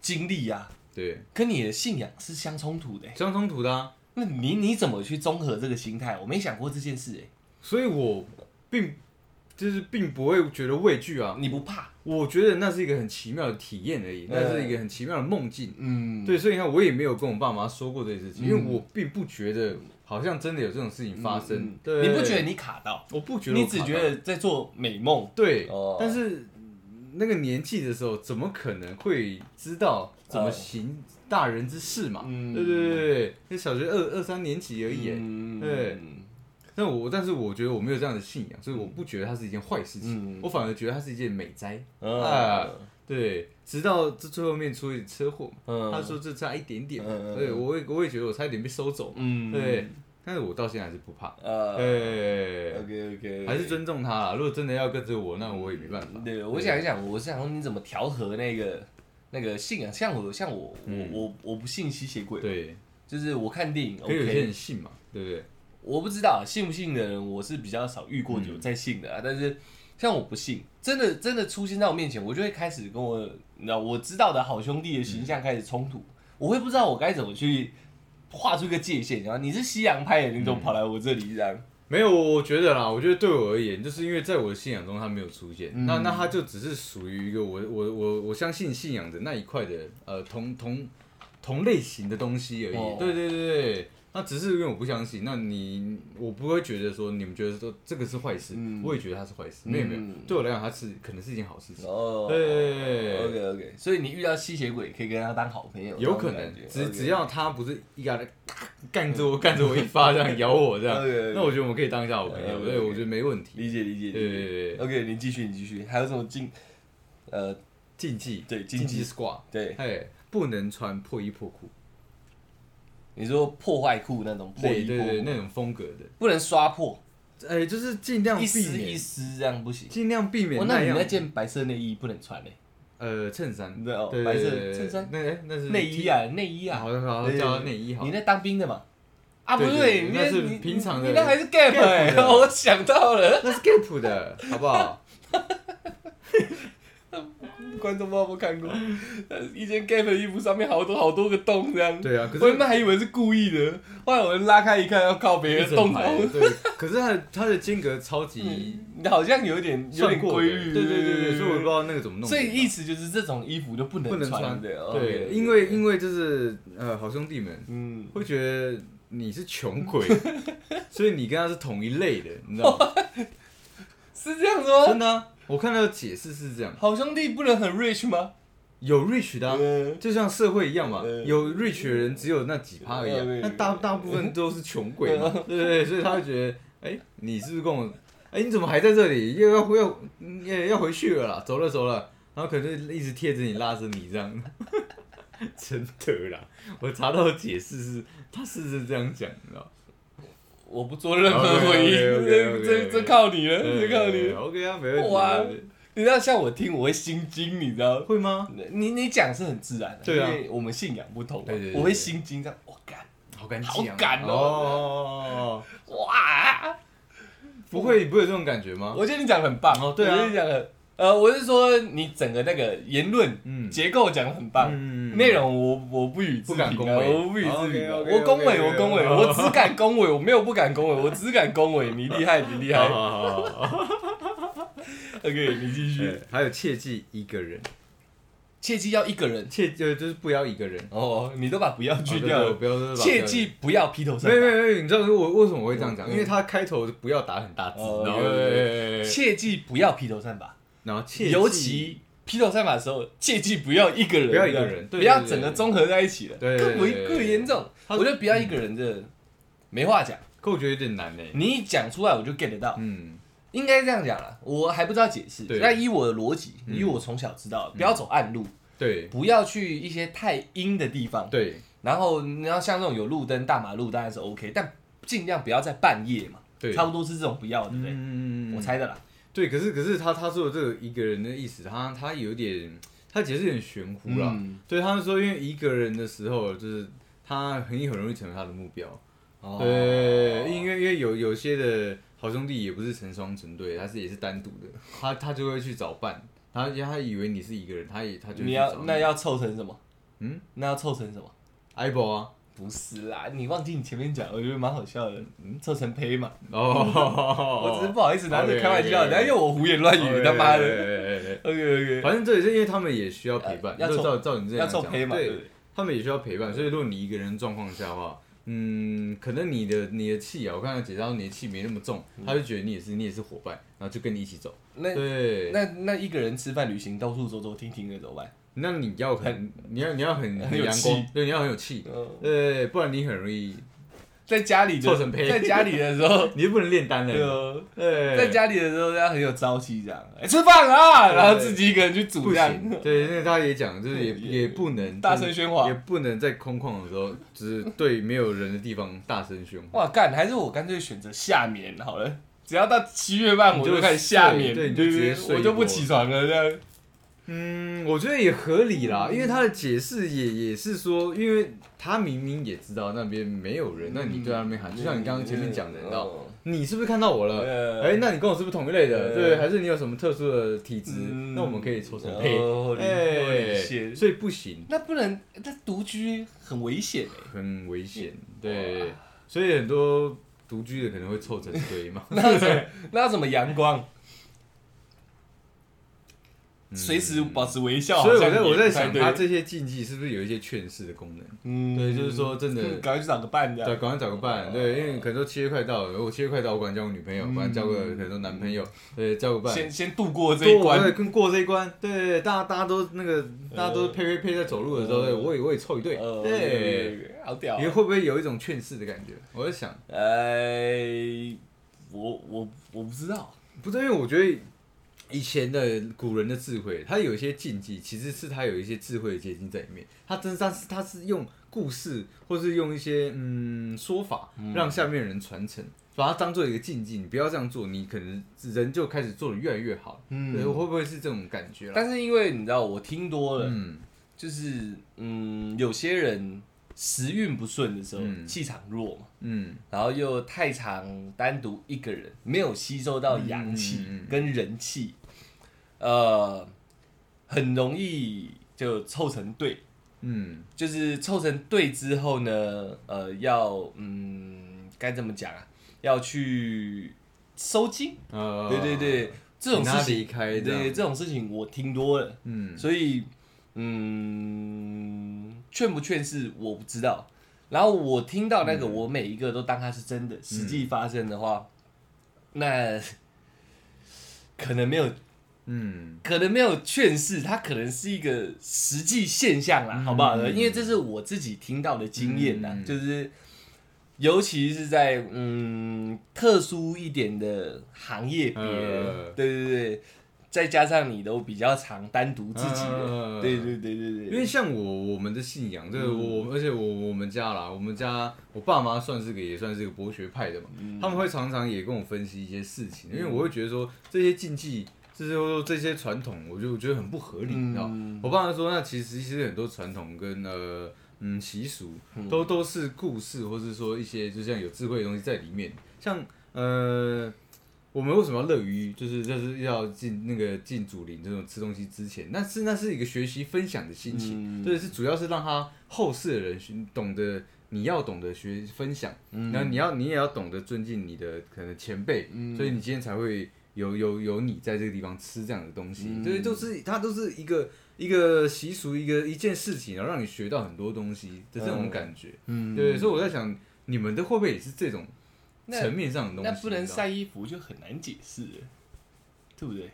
B: 经历啊，
C: 对，
B: 跟你的信仰是相冲突的哎。
C: 相冲突的啊，
B: 那你你怎么去综合这个心态？我没想过这件事哎、
C: 所以我并就是并不会觉得畏惧啊，
B: 你不怕？
C: 我觉得那是一个很奇妙的体验
B: 哎
C: 而已，那是一个很奇妙的梦境。
B: 嗯，
C: 对，所以你看，我也没有跟我爸妈说过这件事情，因为我并不觉得好像真的有这种事情发生
B: 嗯。
C: 对，
B: 你不觉得？你卡到，
C: 我不觉得我
B: 你
C: 卡到，
B: 只觉得在做美梦。
C: 对
B: 哦，
C: 但是那个年纪的时候，怎么可能会知道怎么行大人之事嘛？
B: 嗯
C: 对对对对，那小学二二三年级而已耶。
B: 嗯
C: 对，但我但是我觉得我没有这样的信仰，所以我不觉得它是一件坏事情，
B: 嗯
C: 我反而觉得它是一件美哉。啊
B: 嗯，
C: 对，直到这最后面出一车祸嘛，
B: 嗯
C: 他说这差一点点嘛，
B: 嗯嗯
C: 对
B: 嗯
C: 我也我也觉得我差一点被收走嘛，
B: 嗯，
C: 对，但是我到现在还是不怕，
B: 呃
C: 对，
B: ，OK OK，
C: 还是尊重他啦。如果真的要跟着我，那我也没办法。
B: 对，我想一想，我是想说你怎么调和那个那个信仰，像我像我我
C: 嗯
B: 我我不信吸血鬼，
C: 对，
B: 就是我看电影
C: 可以有些
B: OK，
C: 人信嘛，对不对？
B: 我不知道信不信的人，我是比较少遇过有在信的啊。但是像我不信，真的真的出现在我面前，我就会开始跟我你知道我知道的好兄弟的形象开始冲突，我会不知道我该怎么去画出一个界限。然后你是西洋派的，你怎么跑来我这里这样？
C: 没有，我我觉得啦，我觉得对我而言，就是因为在我的信仰中他没有出现，那那他就只是属于一个我我我我相信信仰的那一块的呃同同同类型的东西而已。
B: 哦
C: 对对对对，那只是因为我不相信，那你我不会觉得说你们觉得说这个是坏事，
B: 嗯
C: 我也觉得它是坏事，没有没有
B: 嗯，
C: 对我来讲它是可能是一件好事情。
B: 哦，
C: 对
B: ，OK OK，所以你遇到吸血鬼可以跟他当好朋友，
C: 有可能，只只要他不是一下来干着我干着我一发这样咬我这样
B: OK，OK，
C: 那我觉得我们可以当一下好朋友，
B: OK，OK
C: 对我觉得没问题。
B: 理解理解
C: 对对对
B: 理解。
C: 对。
B: OK，你继续你继续，还有什么禁呃
C: 竞技，
B: 对
C: 竞
B: 竞
C: 技
B: 技
C: squad，
B: 对，
C: 哎，不能穿破衣破裤，
B: 你说破坏裤那种破
C: 对
B: 衣
C: 对
B: 破
C: 对，
B: 裤
C: 那种风格的，
B: 不能刷破。
C: 哎，就是尽量
B: 一
C: 避
B: 丝一
C: 免，
B: 丝这样不行。
C: 尽量避
B: 哦
C: 免，
B: 那你
C: 样
B: 那。件白色内衣不能穿嘞、
C: 呃衬衫，
B: 对哦
C: 对
B: 白色
C: 对对
B: 衬衫
C: 那哎那是
B: 内衣啊，内衣
C: T，
B: 啊，
C: 好像好像
B: 对
C: 叫内衣好
B: 你，那当兵的嘛？啊，不
C: 对对
B: 你
C: 那是
B: 你
C: 平常的
B: 你那还是 gap 哎、
C: gap 的
B: 我想到了，
C: 那是 Gap 的，好不 好？
B: 观众不知道有没有看过，呃一件 gap 的衣服上面好多好多个洞这样。
C: 对啊，可
B: 我原
C: 是
B: 本还以为是故意的，后来我拉开一看，要靠别
C: 一
B: 人
C: 整
B: 洞
C: 排
B: 洞，
C: 对，可是它的它的间隔超级
B: 你好像有点嗯有
C: 算
B: 点
C: 过
B: 规
C: 的，
B: 律。
C: 对对对对，所以我不知道那个怎么弄的，
B: 所以意思就是这种衣服就不
C: 不
B: 能
C: 能
B: 穿
C: 穿
B: 的，哦
C: 对，
B: OK，
C: 因为
B: OK
C: 因为就是呃好兄弟们，
B: 嗯，
C: 会觉得你是穷鬼，所以你跟他是同一类的，你知道吗？
B: 是这样说
C: 真。的啊、我看到的解释是这样，
B: 好兄弟不能很 rich 吗？
C: 有 rich 的啊、
B: 嗯
C: 就像社会一样嘛，
B: 嗯
C: 有 rich 的人只有那几趴而已、啊
B: 嗯，
C: 那大大部分都是穷鬼嘛，对不对？所以他会觉得，哎、你是不是跟我，哎、你怎么还在这里？又要要要要回去了啦，走了走了，然后可能就一直贴着你拉着你这样， 真的啦，我查到的解释是，他是是这样讲，你知道吗。
B: 我不做任何回应，这
C: OK，OK，OK，OK，
B: 这这靠你 了，
C: 嗯
B: 这靠你了。
C: OK 啊，没问题。
B: 哇
C: 没问题
B: 你知道，像我听我会心惊，你知道？
C: 会吗？
B: 你你讲是很自然的，
C: 对啊
B: 因为我们信仰不同嘛
C: 对对对对
B: 我会心惊这样，我干，
C: 好敢啊
B: 好敢哦
C: 哦！啊
B: 哇！
C: 不会，不会有这种感觉吗？
B: 我觉得你讲得很棒
C: 哦对啊
B: 我觉得你讲得很，呃，我是说你整个那个言论
C: 嗯
B: 结构讲得很棒，
C: 嗯
B: 内容我我不予置
C: 不
B: 评
C: 敢恭
B: 啊，
C: 维
B: 我不予置评啊，
C: OK，OK，OK，
B: 我恭维
C: OK，OK，
B: 我恭维，
C: 好
B: 我只敢恭维，我没有不敢恭维，我只敢恭维，你厉害你厉
C: 好
B: 害
C: 好好哎好好。
B: ，OK，你继续
C: 对。还有切记一个人，
B: 切记要一个人。
C: 切就就是不要一个人
B: 哦，你都把不要去
C: 哦对对
B: 掉了，
C: 对不要就是把
B: 切记不要披头散
C: 没有没
B: 发，
C: 有没有，你知道我为什么我会这样讲？因为他开头不要打很大字，
B: 哦
C: 然后
B: 对对
C: 对对
B: 切记不要披头散发，
C: 然后切记
B: 尤其披头散发的时候，切记不要一个人，
C: 不要一个人对对对
B: 不要整个综合在一起了，
C: 对对对
B: 更为更严重。
C: 他
B: 我觉得不要一个人这没话讲，
C: 可我觉得有点难呢。欸
B: 你一讲出来我就 get 得到，
C: 嗯，
B: 应该这样讲啦，我还不知道解释，
C: 对嗯
B: 但依我的逻辑，以我从小知道的，不要走暗路，
C: 对
B: 不要去一些太阴的地方，
C: 对
B: 然后你要像这种有路灯、大马路当然是 OK，但尽量不要在半夜嘛，
C: 对，
B: 差不多是这种不要，对不对？
C: 嗯
B: 我猜的啦。
C: 对，可是可是他他说的这个一个人的意思，他他有点他解释有点玄乎啦。
B: 嗯
C: 对，他们说因为一个人的时候，就是他很很容易成为他的目标。
B: 哦
C: 对，因为因为有有些的好兄弟也不是成双成对，他是也是单独的，他他就会去找伴，他他以为你是一个人，他也他就
B: 你要那要凑成什么？
C: 嗯，
B: 那要凑成什么？
C: 艾博 啊，
B: 不是啦，你忘记你前面讲，我觉得蛮好笑的。嗯，凑成胚嘛，
C: 哦，
B: 我只是不好意思拿这
C: OK，
B: 开玩笑，
C: OK，OK
B: 然后又我胡言乱语，他
C: 哎
B: 妈的。
C: 的。
B: OK OK，
C: 反正这也是因为他们也需要陪伴，
B: 呃要
C: 就
B: 凑
C: 照照你这
B: 要
C: 样
B: 凑
C: 讲，
B: 胚嘛，对不
C: 对
B: 对，
C: 他们也需要陪伴，所以如果你一个人的状况下的话，嗯，可能你的你的气啊，我刚才解释到你的气没那么重，他就觉得你也是你也是伙伴，然后就跟你一起走。
B: 那
C: 对，
B: 那那一个人吃饭、旅行、到处走走停停的怎么办？
C: 那你要很，你要你要很
B: 很有
C: 阳
B: 气
C: 光，对，你要很有气，
B: 嗯
C: 对，不然你很容易，
B: 在家里
C: 哦凑成胚
B: 的，在家里的时 候，
C: 你就不能炼丹
B: 对
C: 了。
B: 哦
C: 对，
B: 在家里的时候，大家很有朝气，这样、哎吃饭啊，
C: 对
B: 然后自己一个人去煮
C: 不
B: 这样，
C: 行。对，那个他也讲，就是也
B: 也
C: 也不能
B: 大声喧哗
C: 也不能在空旷的时候，就是对没有人的地方大声喧哗。
B: 哇，干，还是我干脆选择夏眠好了。只要到七月半，我就开始夏眠，
C: 对你就直接睡
B: 我就不起床了，这样。
C: 嗯，我觉得也合理啦，因为他的解释也也是说，因为他明明也知道那边没有人，那你对他那边喊，就像你刚刚前面讲的，你知道，
B: 嗯
C: 你是不是看到我了？
B: 呃
C: 哎、那你跟我是不是同一类的？
B: 呃
C: 对，还是你有什么特殊的体质？
B: 嗯
C: 那我们可以凑成配。
B: 哦理解
C: 哎，所以不行，
B: 那不能，那独居很危险哎、
C: 很危险。对，所以很多独居的可能会凑成堆嘛。
B: 那要怎么，那要怎么阳光？随时保持微 笑。
C: 所以
B: 好
C: 我
B: 像
C: 在
B: 也
C: 我在
B: 不太
C: 想，
B: 对
C: 他这些禁忌是不是有一些劝世的功能？
B: 嗯
C: 对，就是说真的，
B: 嗯赶快去找个伴这
C: 对，啊
B: 样。
C: 赶快找个伴。对，因为可能都七月快到了，我七月快到，我管交个女朋友，不然交个可能都男朋友，对，交个伴。
B: 先先度过这
C: 对，
B: 一
C: 我对
B: 关。
C: 跟过这一关，对，大家大家都那个，大家都配配配在走路的时候，对我也我也凑一对，
B: 呃
C: 对，，
B: 好屌啊
C: 你。会不会有一种劝世的感觉？我在想，
B: 哎，我我我不知道。
C: 不是因为我觉得以前的古人的智慧，他有一些禁忌，其实是他有一些智慧的结晶在里面。他真他是他是用故事，或是用一些嗯说法，让下面人传承，把它当做一个禁忌。你不要这样做，你可能人就开始做的越来越好。嗯，对，会不会是这种感觉啦？
B: 但是因为你知道，我听多了，
C: 嗯，
B: 就是嗯，有些人时运不顺的时候，
C: 嗯
B: 气场弱嘛，
C: 嗯，
B: 然后又太常单独一个人，没有吸收到阳气
C: 嗯嗯嗯
B: 跟人气，呃，很容易就凑成对。
C: 嗯，
B: 就是凑成队之后呢，呃，要嗯，该怎么讲啊？要去收金，
C: 呃，
B: 对对，对，这种
C: 请他
B: 事情，
C: 离开
B: 对
C: 这样
B: 对，这种事情我听多了，
C: 嗯，
B: 所以嗯，劝不劝是我不知道。然后我听到那个，
C: 嗯
B: 我每一个都当它是真的，实际发生的话，那 可能没有
C: 嗯，
B: 可能没有劝世，它可能是一个实际现象啦，好不好呢？因为这是我自己听到的经验啦，
C: 嗯
B: 就是尤其是在嗯特殊一点的行业别，
C: 呃
B: 对对对，再加上你都比较常单独自己的，
C: 呃
B: 对对对对对，
C: 因
B: 嗯
C: 为像我我们的信仰，这个我、而且我我们家啦，我们家我爸妈算是个也算是个博学派的嘛，
B: 嗯
C: 他们会常常也跟我分析一些事情，因为我会觉得说这些禁忌，这些说这些传统，我就觉得很不合理，
B: 嗯
C: 你知道？我爸妈说，那其实其实很多传统跟呃嗯习俗都都是故事，或是说一些就像有智慧的东西在里面，像呃。我们为什么要乐于就是就是要进那个进祖林这种吃东西之前，那是那是一个学习分享的心情，
B: 嗯
C: 对，是主要是让他后世的人学懂得你要懂得学分享，
B: 嗯
C: 然后你要你也要懂得尊敬你的可能前辈，
B: 嗯
C: 所以你
B: 嗯
C: 今天才会有有有你在这个地方吃这样的东西，对，就是它都是一个一一个习俗，一个一件事情，然后让你学到很多东西的这种感觉。
B: 嗯
C: 对，所以我在想，你们的会不会也是这种
B: 那
C: 层面上的东西？啊
B: 那不能
C: 你知道吗，
B: 晒衣服就很难解释了，对不对？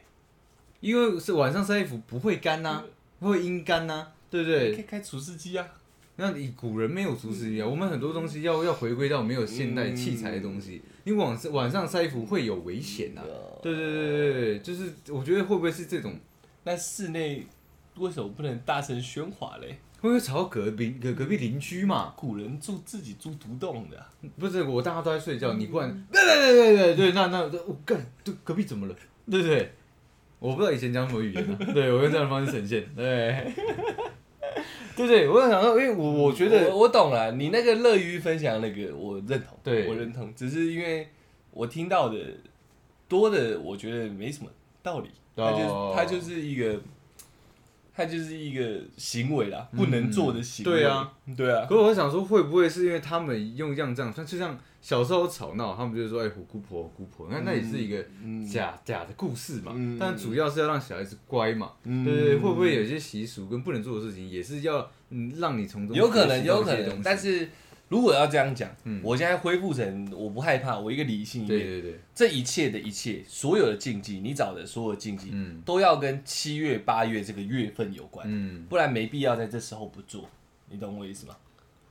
C: 因为是晚上晒衣服不会干呐、会阴干呐、对不
B: 嗯可以
C: 对？
B: 开除湿机啊，
C: 那你古人没有除湿机啊，
B: 嗯
C: 我们很多东西要要回归到没有现代器材的东
B: 嗯
C: 西。你晚上晚上晒衣服会有危险呐、
B: 啊
C: 对对对对对，就是我觉得会不会是这种，
B: 那室内为什么不能大声喧哗嘞？
C: 会不会吵到隔壁隔隔壁邻居嘛？
B: 古人住自己住独栋的啊、
C: 不是，我大家都在睡觉，
B: 嗯
C: 你过来，对对对对对对，那那我干，对隔壁怎么了？对不对？我不知道以前讲什么语 言、啊，对我用这样的方式呈现，对， 对对，我想说，因为我我觉得，
B: 我我懂了，你那个乐于分享那个我认同，
C: 对
B: 我认同，只是因为我听到的多的，我觉得没什么道理，它就是、
C: 哦
B: 它就是一个。它就是一个行为啦，不能做的行
C: 嗯
B: 为。
C: 对啊，
B: 对 啊，
C: 可我想说，会不会是因为他们用像这样，像就像小时候吵闹，他们就说，哎，虎姑婆，虎姑婆，那那也是一个假、假的故事嘛，
B: 嗯
C: 但主要是要让小孩子乖嘛，
B: 嗯
C: 对对对，会不会有些习俗跟不能做的事情，也是要嗯让你从中
B: 有可能，
C: 学习到
B: 有可
C: 一些东
B: 能。
C: 西
B: 但是如果要这样讲，
C: 嗯
B: 我现在恢复成我不害怕，我一个理性一
C: 对
B: 面，
C: 对对，
B: 这一切的一切，所有的禁忌，你找的所有禁忌，
C: 嗯
B: 都要跟七月、八月这个月份有关，
C: 嗯。
B: 不然没必要在这时候不做。你懂我意思吗？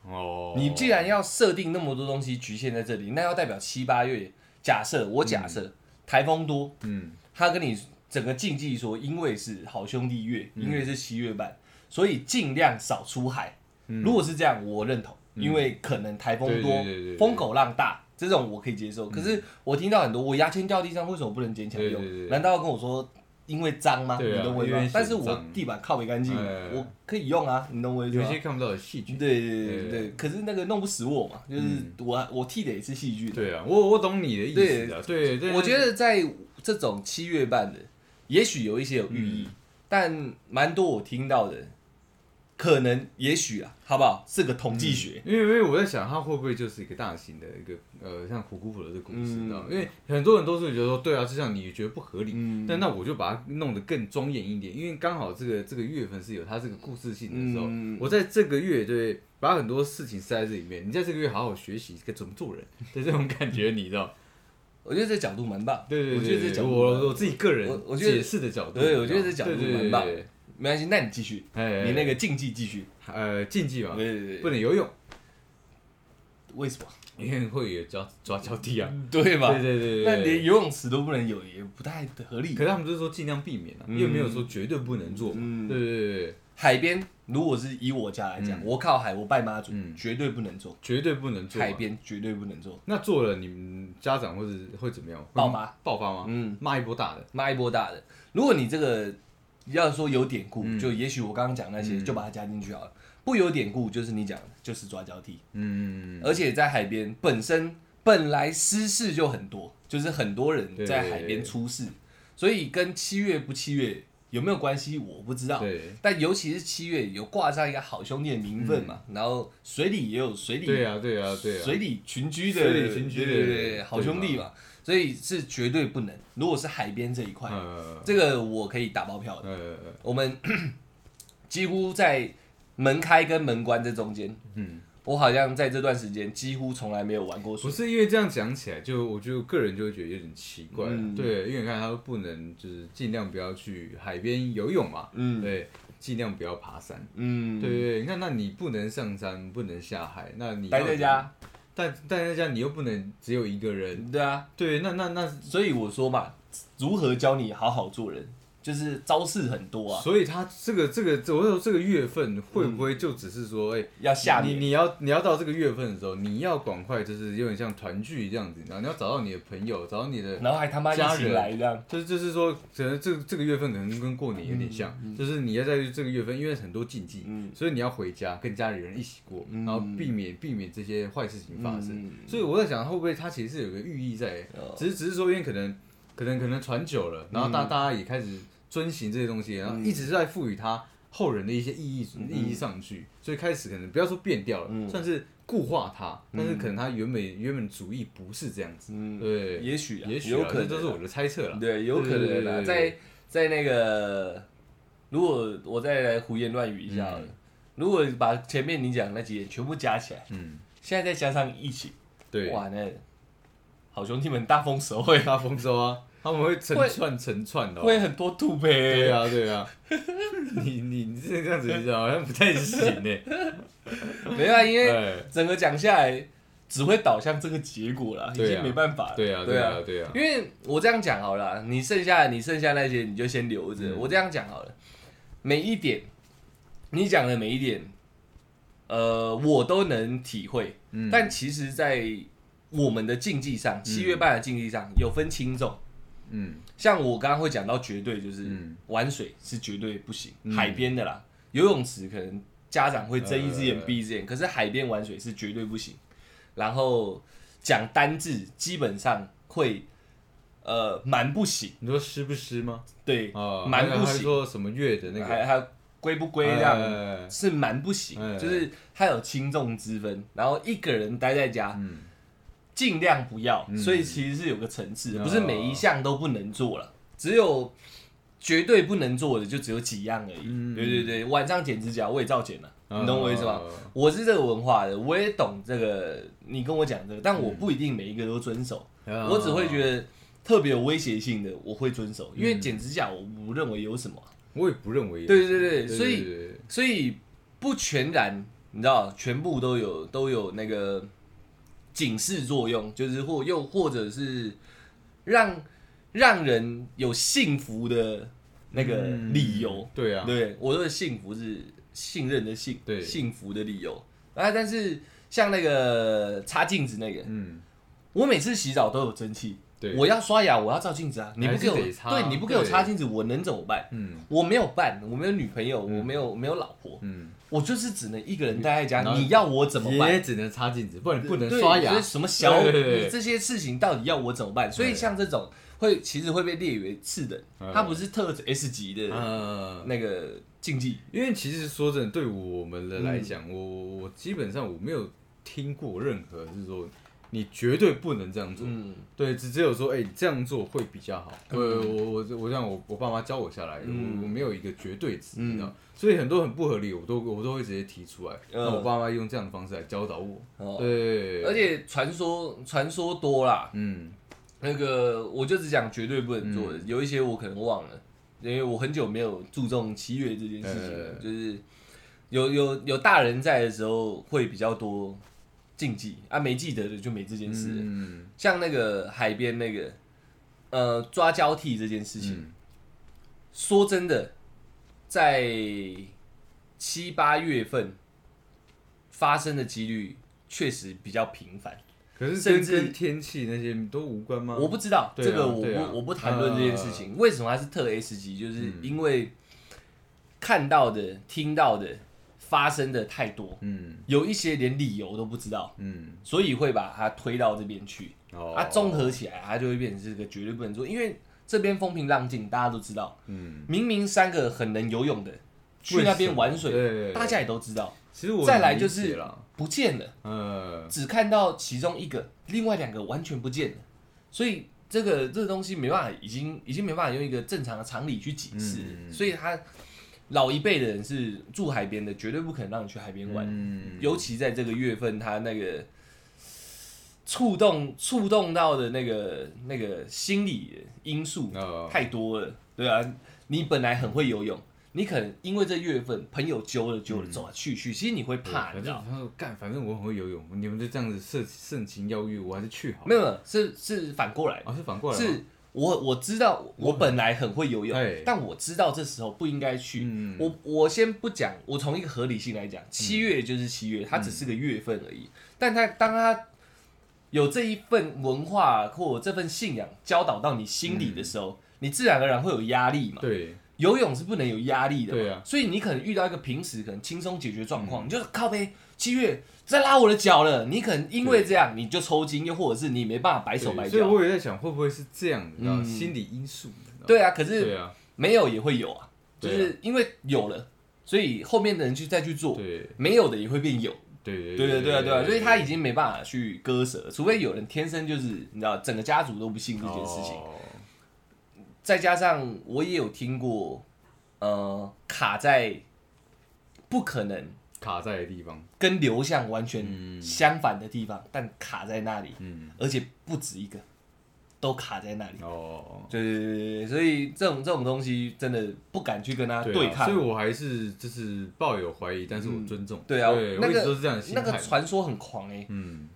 C: 哦，
B: 你既然要设定那么多东西局限在这里，那要代表七八月。假设我假设台风多，
C: 嗯
B: 他跟你整个禁忌说，因为是好兄弟月，
C: 嗯
B: 因为是七月半，所以尽量少出海。如果是这样，我认同，因为可能台风多
C: 嗯对对对对对、嗯
B: 风口浪大，这种我可以接受。可是我听到很多，我牙签掉地上，为什么不能捡起来
C: 对对
B: 用？
C: 对
B: 难道要跟我说因为脏吗？
C: 对啊
B: 你懂我意思
C: 因为嫌？
B: 吗但是我
C: 脏
B: 地板靠没干净，
C: 哎哎哎
B: 我可以用啊，你懂我意思
C: 有
B: 吗？
C: 些看哎不到的细
B: 对
C: 菌。
B: 对对对
C: 对
B: 对，可是那个弄不死我嘛，就是
C: 嗯
B: 我我剃的也是细菌。
C: 对啊，我我懂你的意思啊。对，对
B: 我觉得在这种七月半的，也许有一些有寓意，
C: 嗯
B: 但蛮多我听到的，可能也许啊，好不好？是个统计学，
C: 因为因为我在想，它会不会就是一个大型的一个呃，像虎姑婆的这个故事，
B: 嗯
C: 你知道吗？因为很多人都是觉得说，对啊，就像你觉得不合理，
B: 嗯
C: 但那我就把它弄得更庄严一点，因为刚好这个这个月份是有它这个故事性的时候，
B: 嗯
C: 我在这个月对把很多事情塞在这里面，你在这个月好好学习该怎么做人的这种感觉，你知道吗？
B: 我觉得这角度蛮棒。
C: 对对
B: 我觉得
C: 对对，
B: 这角
C: 我
B: 度
C: 我自己个人
B: 我我觉得
C: 解释的角度，
B: 对我觉得
C: 你知道吗
B: 这角度
C: 对对
B: 蛮棒
C: 对对
B: 没关系，那你继续，
C: 哎，
B: 你那个禁忌继续。
C: 呃禁忌嘛，
B: 对对
C: 不
B: 对，
C: 能游泳，
B: 为什么？
C: 因为会有抓抓交替啊。
B: 对吧？
C: 对对对对
B: 那连游泳池都不能有，也不太合理
C: 可。是他们就是说尽量避免啊，
B: 嗯
C: 又没有说绝对不能做嘛。
B: 嗯
C: 对对对对，
B: 海边，如果是以我家来讲，
C: 嗯
B: 我靠海，我拜妈祖，
C: 嗯啊
B: 绝对不能做。
C: 绝对不能做、
B: 海。边绝对不能做，
C: 那做了，你们家长或者会怎么样？会
B: 爆发
C: 爆发吗？
B: 嗯，
C: 骂一波大的。
B: 骂一波大的。如果你这个要说有典故，
C: 嗯
B: 就也许我刚刚讲那些，
C: 嗯
B: 就把它加进去好了。不有典故，就是你讲的，就是抓交替。
C: 嗯，
B: 而且在海边本身本来失事就很多，就是很多人
C: 对
B: 在海边出事，所以跟七月不七月有没有关系，我不知道。
C: 对
B: 但尤其是七月有挂上一个好兄弟的名分嘛，然后水里也有水里
C: 嗯对啊对啊对啊。
B: 水里群居的，
C: 水里群居的
B: 对对对，好兄弟
C: 对
B: 嘛，所以是绝对不能。如果是海边这一块，
C: 呃
B: 这个我可以打包票的。
C: 呃，
B: 我们 几乎在门开跟门关这中间，
C: 嗯，
B: 我好像在这段时间几乎从来没有玩过
C: 不
B: 水。
C: 是因为这样讲起来，就我就个人就会觉得有点奇怪啊。
B: 嗯
C: 对，因为你看他都不能就是尽量不要去海边游泳嘛。
B: 嗯
C: 对，尽量不要爬山。
B: 嗯，
C: 对，对，对，你看，那你不能上山，不能下海，那你
B: 待
C: 要
B: 在家，
C: 但待在家你又不能只有一个人，
B: 对啊，
C: 对，那那那，
B: 所以我说嘛，如何教你好好做人，就是招式很多啊，
C: 所以他这个这个，我说这个月份会不会就只是说，哎、
B: 要下
C: 你
B: 你
C: 你要你要到这个月份的时候，你要赶快就是有点像团聚这样子，然后你要找到你的朋友，找到你的，
B: 然后还他妈一
C: 家
B: 起
C: 人
B: 来这样，
C: 就是就是说，可能这这个月份可能跟过年有点像，就是你要在这个月份，因为很多禁忌，
B: 嗯
C: 所以你要回家跟家里人一起过，
B: 嗯
C: 然后避免避免这些坏事情发生。
B: 嗯
C: 所以我在想，会不会它其实是有个寓意在
B: 哦，
C: 只是只是说，因为可能可能可能传久了，然后大
B: 嗯
C: 大家也开始遵循这些东西，然后一直在赋予它后人的一些意义
B: 嗯
C: 意义上去，所以开始可能不要说变掉
B: 嗯
C: 了，算是固化它，
B: 嗯
C: 但是可能它原本原本主意不是这样子，
B: 嗯，
C: 对，
B: 也许啊
C: 也许啊
B: 有可能
C: 这都是
B: 啊
C: 我的猜测了，
B: 对，有可
C: 对对
B: 能
C: 对
B: 啊，
C: 对
B: 在在那个如果我再来胡言乱语一下好了，如果把前面你讲的那几点全部加起来，
C: 嗯，
B: 现在再加上疫情，
C: 对，
B: 哇，那好兄弟们大丰收会
C: 大丰收啊，他们会成串成串的、哦，
B: 会很多吐呗、
C: 对啊，对啊， 你你你这样子好像不太行呢。
B: 没办法，因为
C: 哎，
B: 整个讲下来只会导向这个结果啦，已
C: 对啊
B: 经没办法了。
C: 对啊，对
B: 对
C: 啊，对啊，
B: 因为我这样讲好了啊，你剩下的你剩下那些你就先留着。
C: 嗯
B: 我这样讲好了，每一点你讲的每一点，呃，我都能体会。
C: 嗯
B: 但其实，在我们的竞技上，七月半的竞技上有分轻重。
C: 嗯
B: 像我刚刚会讲到绝对，就是、
C: 嗯
B: 玩水是绝对不行，
C: 嗯
B: 海边的啦，游泳池可能家长会睁一只眼
C: 呃
B: 闭一只眼，可是海边玩水是绝对不行。然后讲单字，基本上会呃蛮不行，
C: 你说湿不湿吗？
B: 对，
C: 啊，
B: 蛮
C: 还有
B: 不
C: 还
B: 行
C: 说哎什么月的那
B: 还
C: 个哎
B: 还有归不归这样。
C: 样，
B: 是蛮不行，
C: 哎
B: 就是它有轻重之分，然后一个人待在家，
C: 嗯
B: 尽量不要，
C: 嗯
B: 所以其实是有个层次的，
C: 哦
B: 不是每一项都不能做了，只有绝对不能做的就只有几样而已。
C: 嗯
B: 对对对，晚上剪指甲我也照剪了、
C: 哦
B: 你懂我意思吗？我是这个文化的，我也懂这个，你跟我讲这个，
C: 嗯
B: 但我不一定每一个都遵守，
C: 哦
B: 我只会觉
C: 得，
B: 得特别有威胁性的我会遵守，因
C: 嗯
B: 为剪指甲我不认为有什么啊，
C: 我也不认为有，
B: 对对对对所以
C: 以
B: 所以不全然，你知道，全部都有都有那个警示作用，就是或又或者是让让人有幸福的那个理由。，
C: 嗯对啊，
B: 对我说的幸福是信任的幸，
C: 对
B: 幸福的理由啊。但是像那个擦镜子那个，
C: 嗯，
B: 我每次洗澡都有蒸汽，
C: 对，
B: 我要刷牙，我要照镜子啊，你不给我，
C: 还是得擦
B: 对你不给我
C: 对
B: 擦镜子，我能怎么办？
C: 嗯
B: 我没有伴，我没有女朋友，我没有、没有老婆，
C: 嗯，
B: 我就是只能一个人待在家
C: 然，后
B: 你要我怎么
C: 也
B: 办？
C: 只能擦镜子，不然
B: 对
C: 不能
B: 对
C: 刷牙
B: 所以，什么小
C: 对对对对
B: 这些事情到底要我怎么办？所以像这种会其实会被列为次等
C: 嗯，
B: 它不是特 S 级的
C: 嗯。
B: 那个竞技。
C: 因为其实说真的，对我们的来讲，我我我基本上我没有听过任何是说你绝对不能这样做，
B: 嗯，
C: 对，只只有说哎、这样做会比较好。我我我我像我我爸妈教我下来，
B: 嗯
C: 我我没有一个绝对值，
B: 嗯
C: 你知道，所以很多很不合理，我都我都会直接提出来。
B: 嗯
C: 那我爸妈用这样的方式来教导我，
B: 哦，
C: 对，
B: 而且传说传说多啦，
C: 嗯
B: 那个我就只讲绝对不能做的，有一些我可能忘了，因为我很久没有注重七月这件事情了，
C: 呃
B: 就是有有有大人在的时候会比较多禁忌啊，没记得的就没这件事了。
C: 嗯
B: 像那个海边那个，呃，抓交替这件事情，
C: 嗯
B: 说真的，在七八月份发生的几率确实比较频繁。
C: 可是
B: 甚
C: 跟
B: 至
C: 跟天气那些都无关吗？
B: 我不知道、
C: 对啊
B: 这个我
C: 对
B: 不、
C: 啊嗯
B: 我不谈论这件事情。为什么它是特 S 级？就是因为看到的、听到的、发生的太多，
C: 嗯
B: 有一些连理由都不知道，
C: 嗯
B: 所以会把它推到这边去。
C: 哦
B: 啊，综合起来，它就会变成是个绝对不能做，因为这边风平浪静，大家都知道，
C: 嗯
B: 明明三个很能游泳的去那边玩
C: 为什么
B: 水，
C: 对
B: 大家也都知道，
C: 其实我
B: 再来就是
C: 理解啦
B: 不见了，
C: 呃，
B: 只看到其中一个，另外两个完全不见了，所以这个这个东西没办法，已经已经没办法用一个正常的常理去解释，
C: 嗯
B: 所以他老一辈的人是住海边的，绝对不可能让你去海边玩，
C: 嗯
B: 尤其在这个月份，他那个触动触动到的那个那个心理因素
C: 呃，
B: 太多了，对啊，你本来很会游泳，你可能因为这月份朋友揪了揪了，走啊去去，其实你会怕，你
C: 反
B: 知道
C: 正。他说干，反正我很会游泳，你们就这样子盛盛情邀约，我还是去好了。
B: 没有，没有是是反过来，
C: 啊，是反过来吗
B: 是我我知道我本来很会游泳
C: 哎，
B: 但我知道这时候不应该去。
C: 嗯
B: 我我先不讲，我从一个合理性来讲，七月就是七月，它只是个月份而已。但它当它有这一份文化或这份信仰教导到你心里的时
C: 嗯
B: 候，你自然而然会有压力嘛。
C: 对，
B: 游泳是不能有压力的嘛，
C: 对啊嗯
B: 所以你可能遇到一个平时可能轻松解决状况，你就是靠背七月在拉我的脚了，你可能因为这样你就抽筋，又或者是你没办法白手白
C: 对所以
B: 脚。
C: 我也在想，会不会是这样的，你知道
B: 嗯
C: 心理因素？你知道
B: 对啊，可是
C: 对啊，
B: 没有也会有啊，就
C: 对啊
B: 是因为有了，所以后面的人去再去做，
C: 对
B: 没有的也会变有。
C: 对
B: 对对对啊对啊，所以他已
C: 经
B: 经没办法去割舍，除非有人天生就是你知道，整个家哦
C: 哦
B: 族都不信这件事情。再加上我也有听过呃卡在不可能
C: 卡在的地方，
B: 跟流向完全相反的地方，但卡在那里，
C: 嗯，
B: 而且不止一个，都卡在那里。
C: 哦，
B: 对对对对对，所以这种这种东西真的不敢去跟他
C: 对啊
B: 对抗。
C: 所以我还是就是抱有怀疑，但是我尊重，
B: 对啊
C: 对，
B: 那
C: 我一
B: 个
C: 直都是这样的心
B: 那个
C: 态，
B: 传说很狂哎、欸，
C: 嗯，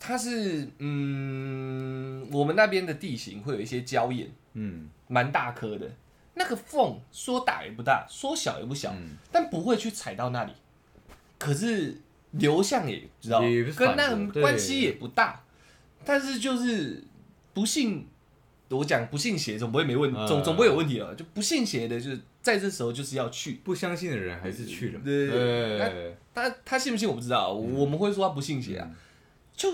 B: 它是嗯，我们那边的地形会有一些礁岩，
C: 嗯
B: 蛮大颗的。那个缝说大也不大，说小也不小，
C: 嗯
B: 但不会去踩到那里。可是流向也知道
C: 也不是，
B: 跟
C: 反的
B: 那个
C: 对
B: 关系也不大。但是就是不信，我讲不信邪总不会没问，
C: 嗯
B: 总总不会有问题了。就不信邪的，就是在这时候就是要去。
C: 不相信的人还是去了嘛，
B: 对对对
C: 对，
B: 他他信不信我不知道，我们会说他不信邪啊。
C: 嗯
B: 就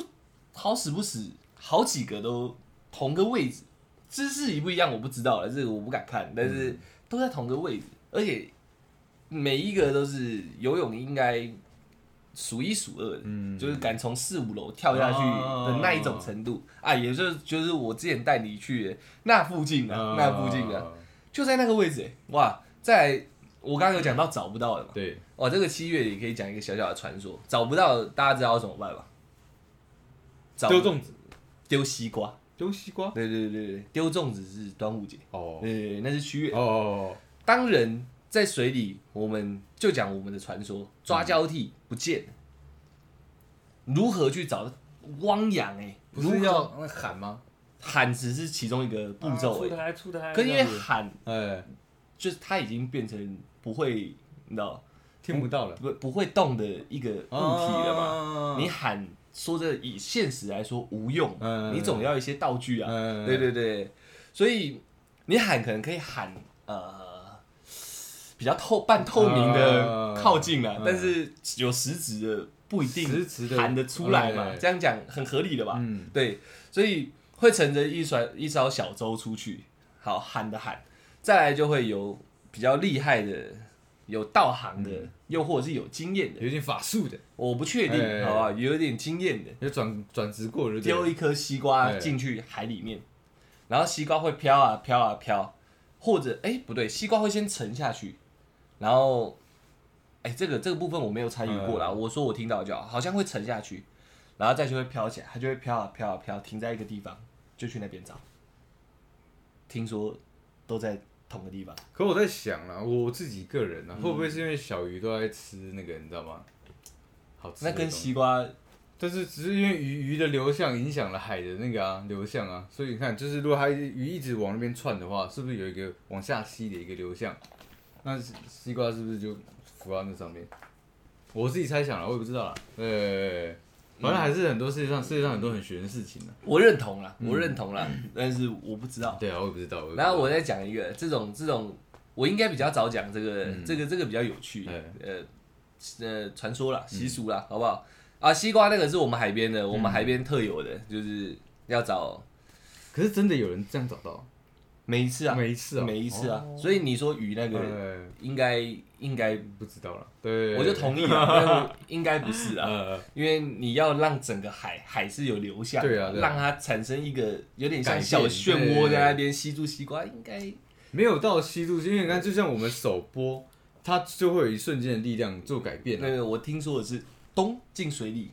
B: 好死不死，好几个都同个位置，姿势一不一样我不知道了，这个我不敢看，但是
C: 嗯
B: 都在同个位置，而且每一个都是游泳应该数一数二的，
C: 嗯
B: 就是敢从四五楼跳下去的那一种程度
C: 哦
B: 啊，也就是就是我之前带你去的那附近
C: 哦
B: 啊，那附近啊，，就在那个位置、欸哇，在我刚刚有讲到找不到的嘛，
C: 对，
B: 哇，哦这个七月也可以讲一个小小的传说，找不到大家知道怎么办吧？找
C: 丢粽子，
B: 丢西瓜，
C: 丢西瓜，
B: 对对对对，丢粽子是端午节，
C: 哦
B: 对对对，那是七月。
C: 哦，
B: 当人在水里，我们就讲我们的传说，抓交替不见了，如何去找汪洋、欸？哎，
C: 不
B: 如
C: 是
B: 何
C: 要喊吗？
B: 喊只是其中一个步骤、欸，
C: 台啊出台
B: 可因为喊
C: 哎，
B: 就是它已经变成不会，你知道
C: 听不到了，
B: 不不会动的一个物体了嘛。
C: 嘛
B: 你喊说这以现实来说无用，
C: 嗯
B: 你总要一些道具啊。
C: 嗯
B: 对对对，所以你喊可能可以喊呃比较透半透明的
C: 嗯
B: 靠近啊，
C: 嗯
B: 但是有实质的不一定
C: 实质的
B: 喊得出来嘛。
C: 嗯
B: 这样讲很合理的吧？
C: 嗯
B: 对，所以会乘着一船一艘小舟出去，好喊的喊，再来就会有比较厉害的。有道行的，
C: 嗯
B: 又或者是有经验的，
C: 有点法术的，
B: 我不确定，
C: 哎
B: 好吧，有点经验的，
C: 有转转职过的，
B: 丢一颗西瓜
C: 哎
B: 进去海里面，然后西瓜会飘啊飘啊飘，或者哎、不对，西瓜会先沉下去，然后哎、这个这个部分我没有参与过啦，
C: 嗯
B: 我说我听到就好，好像会沉下去，然后再就会飘起来，它就会飘啊飘啊飘，停在一个地方，就去那边找。听说都在同个地方，
C: 可我在想啦，我自己个人啊，
B: 嗯
C: 会不会是因为小鱼都在吃那个，你知道吗？好吃的
B: 那跟
C: 东西
B: 西瓜
C: 但是只是因为鱼鱼的流向影响了海的那个啊流向啊，所以你看，就是如果它鱼一直往那边窜的话，是不是有一个往下吸的一个流向？那西西瓜是不是就浮到那上面？我自己猜想了，我也不知道啦。呃，反正还是很多世界上世界上很多很玄的事情呢、啊
B: 我认同啦，我认同啦，
C: 嗯
B: 但是我不知道。
C: 对啊，我也不知道。也不知道
B: 然后我再讲一个，这种这种，我应该比较早讲这个，这个这个比较有趣，呃呃，传说啦，习俗啦，好不好？啊，西瓜那个是我们海边的，我们海边特有的，就是要找
C: 可是真的有人这样找到，
B: 每一次啊，
C: 每一次啊，
B: 每一次啊
C: 哦，
B: 所以你说鱼那个
C: 呃，
B: 应该应该，
C: 不知道了。对，
B: 我就同意了，因为应该不是啊。
C: 呃，
B: 因为你要让整个海海是有流向，
C: 对啊对啊
B: 让它产生一个有点
C: 改
B: 像
C: 变
B: 小漩涡
C: 对
B: 在那边吸住西瓜，应该
C: 没有到吸入，因为你看，就像我们手拨，它就会有一瞬间的力量做改变、
B: 那
C: 啊。
B: 个我听说的是咚进水里，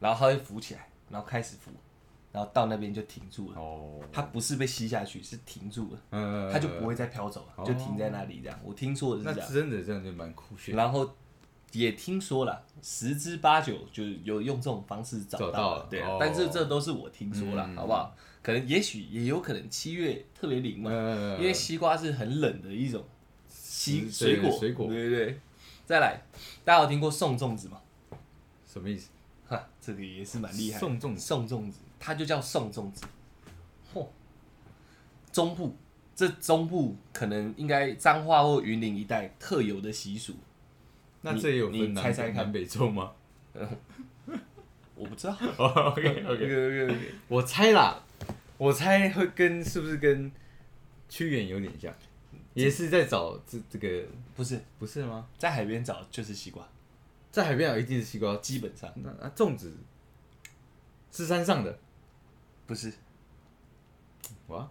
B: 然后它会浮起来，然后开始浮，然后到那边就停住了。
C: 哦，
B: 它不是被吸下去，是停住了，
C: 呃
B: 嗯它就不会再飘走了，
C: 哦
B: 就停在那里这样。我听说的
C: 那
B: 是这样，
C: 真的这样就蛮酷炫。
B: 然后也听说了，十之八九就有用这种方式找
C: 找到
B: 到了
C: 了，
B: 对
C: 哦
B: 啊。但是这都是我听说了，
C: 嗯
B: 好不好？可能也许也有可能七月特别灵嘛，
C: 呃
B: 嗯因为西瓜是很冷的一种西
C: 对
B: 水果，
C: 水果
B: 对对对。再来，大家有听过送粽子吗？
C: 什么意思？
B: 哈，这个也是蛮厉害的。
C: 送粽子
B: 送粽子，它就叫送粽子。嚯，中部这中部可能应该彰化或云林一带特有的习俗，
C: 那这也有
B: 你
C: 分
B: 你
C: 南
B: 猜猜看
C: 南北洲 吗
B: 我不 知道。
C: ？OK OK，
B: OK OK，
C: 我猜啦，我猜会跟是不是跟屈原有点像，也是在找这这个
B: 不是
C: 不是吗？
B: 在海边找就是西瓜，
C: 在海边有一定是西瓜，
B: 基本上
C: 那那粽子是山上的
B: 不是。
C: 哇？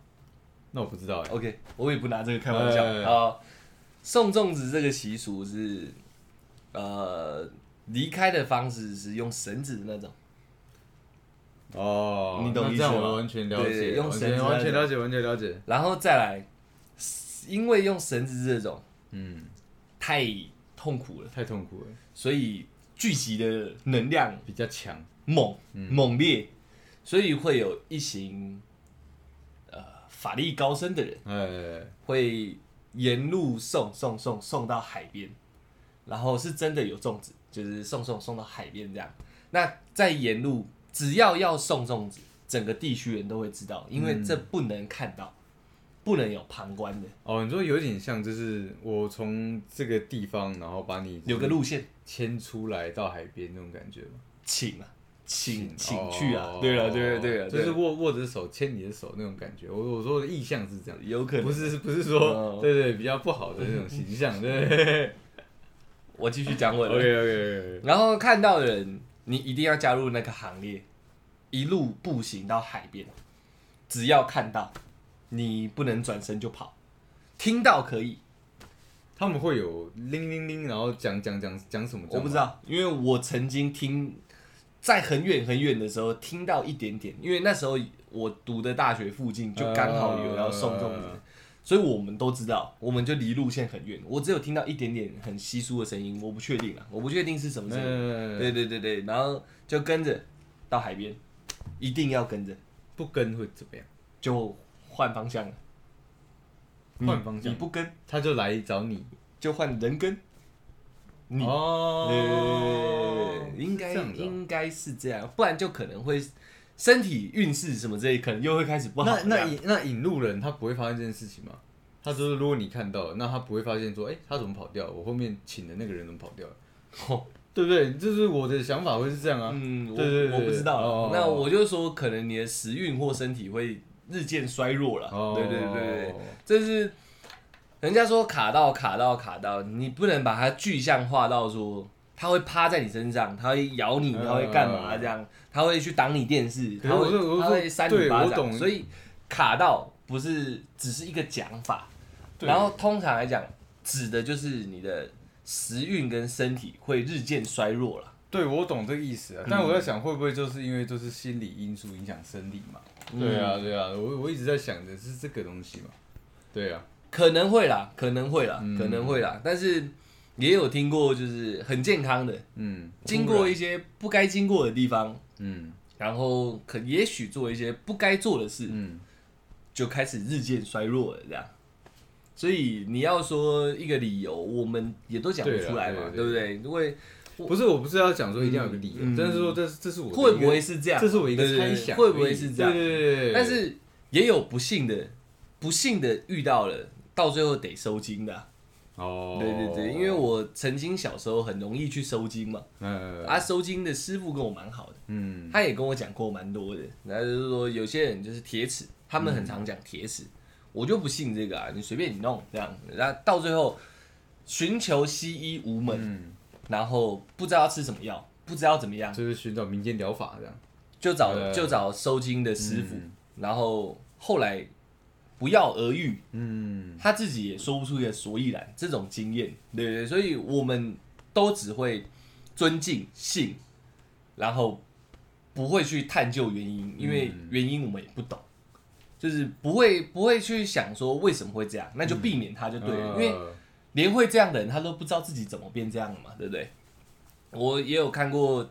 C: 那我不知道哎、
B: OK，我也不拿这个开玩笑
C: 哎
B: 啊。送粽子这个习俗是，呃，离开的方式是用绳子的那种，
C: 哦，
B: 你懂
C: 那
B: 意
C: 这样
B: 思吗
C: 我完全了
B: 对对
C: 解，
B: 用
C: 完
B: 绳
C: 全
B: 子
C: 完
B: 来
C: 全
B: 的
C: 了解，完全了解。
B: 然后再来，因为用绳子这种
C: 嗯，
B: 太痛苦了，
C: 太痛苦了，
B: 所以聚集的能量
C: 比较强。
B: 猛、猛烈，所以会有一行呃法力高深的人
C: 哎，
B: 会沿路送送送送到海边，然后是真的有粽子，就是送送送到海边这样。那在沿路只要要送粽子，整个地区人都会知道，因为这不能看到，不能有旁观的，
C: 哦，你说有点像，就是我从这个地方，然后把你
B: 有个路线，
C: 牵出来到海边那种感觉吗？
B: 请啊，请请
C: 哦
B: 去啊，对了对了对啊了，
C: 就是
B: 对
C: 握握着手牵你的手那种感觉。我我说的意向是这样，
B: 有可能
C: 不是不是
B: 哦
C: 说对对比较不好的那种形 象，对对对。
B: 我继续讲我
C: OK
B: 的，
C: OK OK，
B: 然后看到的人，你一定要加入那个行列，一路步行到海边。只要看到，你不能转身就跑。听到可以，
C: 他们会有铃铃铃，然后讲讲讲讲什么？
B: 我不知。道，因为我曾经听在很远很远的时候听到一点点，因为那时候我读的大学附近就刚好有要送粽子
C: 呃，
B: 所以我们都知道，我们就离路线很远。我只有听到一点点很稀疏的声音，我不确定啊，我不确定是什么声音。对
C: 嗯，
B: 对对对，然后就跟着到海边，一定要跟着，
C: 不跟会怎么样？
B: 就换方向了。
C: 换方向
B: 你不跟
C: 他就来找你。
B: 就换人跟。你
C: 哦
B: 呃，，应该
C: 是这样子哦
B: 应该是这样，不然就可能会身体运势什么之类，可能又会开始不好
C: 那
B: 了。
C: 那引那引路人他不会发现这件事情吗？他就是如果你看到了，那他不会发现说，哎、他怎么跑掉了？我后面请的那个人怎么跑掉了？
B: 哦
C: 对不对？就是我的想法会是这样啊。
B: 嗯，我
C: 对对对
B: 我不知道
C: 哦
B: 了。那我就说，可能你的时运或身体会日渐衰弱了。
C: 哦，
B: 对对对对，这是人家说卡到卡到卡到，你不能把它具象化到说它会趴在你身上，它会咬你，
C: 嗯
B: 它会干嘛这样，它会去挡你电视，
C: 可
B: 它
C: 是我
B: 会
C: 说我
B: 它
C: 说
B: 会扇你
C: 对
B: 巴
C: 我
B: 掌，
C: 懂
B: 所以卡到不是只是一个讲法，
C: 对
B: 然后通常来讲指的就是你的时运跟身体会日渐衰弱了。
C: 对我懂这个意思啊。但我在想，会不会就是因为就是心理因素影响生理嘛？对啊，对啊，我我一直在想的是这个东西嘛。对啊，
B: 可能会啦，可能会啦，
C: 嗯
B: 可能会啦，但是也有听过就是很健康的，
C: 嗯
B: 经过一些不该经过的地方，
C: 嗯
B: 然后可也许做一些不该做的事，
C: 嗯，
B: 就开始日渐衰弱了这样。所以你要说一个理由，我们也都讲不出来
C: 对啊
B: 嘛，对
C: 啦对
B: 不对？因为
C: 不是，我不是要讲说一定要有个理由，
B: 嗯嗯
C: 但是说这是这是我的
B: 会
C: 一个
B: 不会是这样？
C: 这是我一个
B: 对对
C: 猜
B: 对
C: 想而已，
B: 会不会是这样？
C: 对对对对对
B: 但是也有不幸的，不幸的遇到了，到最后得收金的啊、
C: 哦，
B: 对对对，因为我曾经小时候很容易去收金嘛，
C: 呃
B: 啊，收金的师傅跟我蛮好的。
C: 嗯
B: 他也跟我讲过蛮多的，然后就是说有些人就是铁齿，他们很常讲铁齿，我就不信这个啊，你随便你弄这样，然后到最后寻求西医无门，
C: 嗯，
B: 然后不知道要吃什么药，不知道怎么样，
C: 就是寻找民间疗法这样。
B: 就找、
C: 呃
B: 就找收金的师傅，
C: 嗯
B: 然后后来不药而愈，
C: 嗯，
B: 他自己也说不出一个所以然，这种经验，对对，对所以我们都只会尊敬信，然后不会去探究原因，因为原因我们也不懂，就是不会不会去想说为什么会这样，那就避免它就对
C: 呃
B: 了，因为连会这样的人，他都不知道自己怎么变这样了嘛，对不对？我也有看过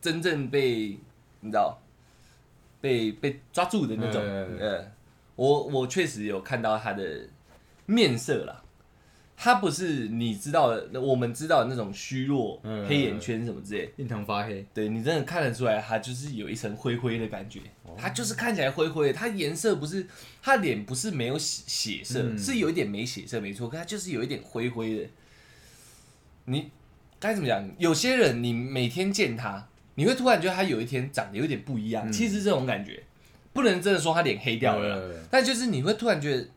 B: 真正被你知道被被抓住的那种，
C: 嗯
B: 呃，我我确实有看到他的面色啦，他不是你知道的，我们知道的那种虚弱、
C: 嗯
B: 黑眼圈什么之类的，
C: 印堂发黑，
B: 对你真的看得出来，他就是有一层灰灰的感觉，他就是看起来灰灰的，他颜色不是，他脸不是没有血血色，
C: 嗯
B: 是有一点没血色没错，可他就是有一点灰灰的。你该怎么讲？有些人你每天见他，你会突然觉得他有一天长得有点不一样，其实这种感觉不能真的说他脸黑掉了啦，
C: 呃
B: 但就是你会突然觉得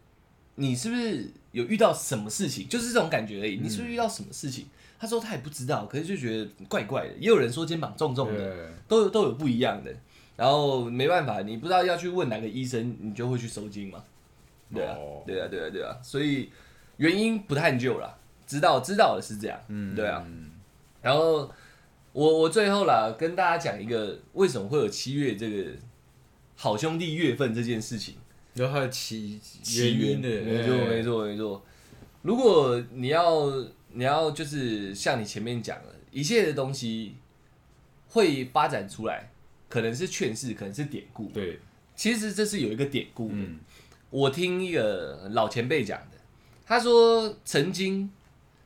B: 你是不是有遇到什么事情，就是这种感觉而已。你是不是遇到什么事情？他说他也不知道，可是就觉得怪怪的。也有人说肩膀重重的，
C: 呃
B: 都有都有不一样的。然后没办法，你不知道要去问哪个医生，你就会去收金嘛。对啊
C: 哦，
B: 对啊，对啊，对啊。所以原因不探究啦，知道知道的是这样，嗯，对啊。然后我我最后啦，跟大家讲一个为什么会有七月这个好兄弟月份这件事情。
C: 然后还有起
B: 起
C: 原因
B: 源
C: 的，哎
B: 没错
C: 错，
B: 没错没错。如果你要你要就是像你前面讲的，一切的东西会发展出来，可能是劝世，可能是典故。
C: 对，
B: 其实这是有一个典故的。
C: 嗯
B: 我听一个老前辈讲的，他说曾经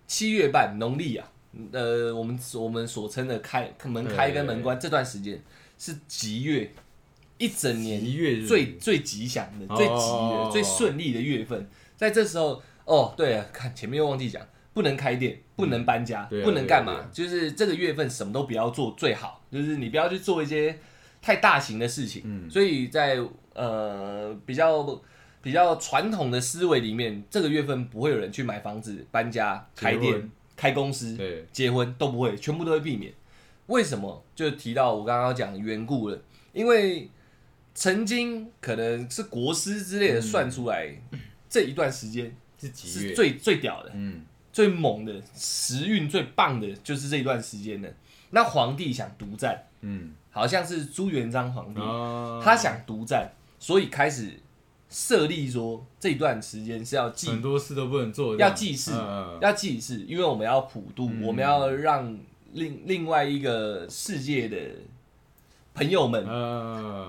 B: 七月半农历啊，呃，我们我们所称的开门
C: 哎
B: 开跟门关这段时间是吉月，一整年
C: 一月日
B: 最最吉祥的、
C: 哦
B: 最吉的、最顺利的月份，在这时候，哦，对了，看前面又忘记讲，不能开店，不能搬家，
C: 对啊
B: 不能干嘛，
C: 对啊
B: 就是这个月份什么都不要做最好，就是你不要去做一些太大型的事情。
C: 嗯
B: 所以在呃比较比较传统的思维里面，这个月份不会有人去买房子、搬家、
C: 结婚
B: 开店、开公司，
C: 对，
B: 结婚都不会，全部都会避免。为什么？就提到我刚刚讲缘故了，因为曾经可能是国师之类的算出来，这一段时间
C: 是几
B: 是
C: 月？
B: 最最屌的、
C: 嗯，
B: 最猛的、时运最棒的，就是这一段时间的。那皇帝想独占，
C: 嗯，
B: 好像是朱元璋皇帝，
C: 啊
B: 他想独占，所以开始设立说这一段时间是要祭
C: 很多事都不能做，
B: 要祭祀
C: 嗯嗯嗯嗯
B: 要祭祀，因为我们要普渡，我们要让另另外一个世界的朋友们
C: 嗯，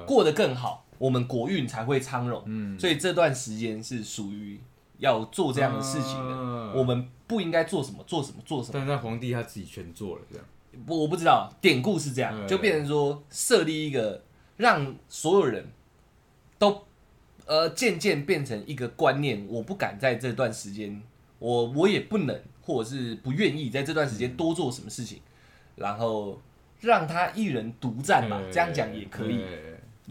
C: 嗯
B: 过得更好，我们国运才会昌荣。
C: 嗯
B: 所以这段时间是属于要做这样的事情的。
C: 嗯
B: 我们不应该做什么，做什么，做什么。
C: 但是那皇帝他自己全做了，这样，
B: 不，我不知道典故是这样，
C: 嗯
B: 就变成说设立一个让所有人都呃渐渐变成一个观念，我不敢在这段时间，我我也不能或者是不愿意在这段时间多做什么事情，然后让他一人独占嘛，
C: 哎
B: 这样讲也可以。
C: 哎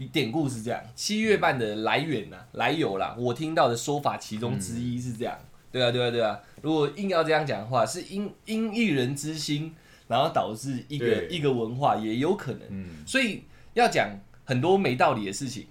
B: 你典故是这样，七月半的来源呐、啊来由啦，我听到的说法其中之一是这样。对啊，对啊，对啊。如果硬要这样讲的话，是因因一人之心，然后导致一个
C: 对
B: 一个文化也有可能。
C: 嗯，
B: 所以要讲很多没道理的事情，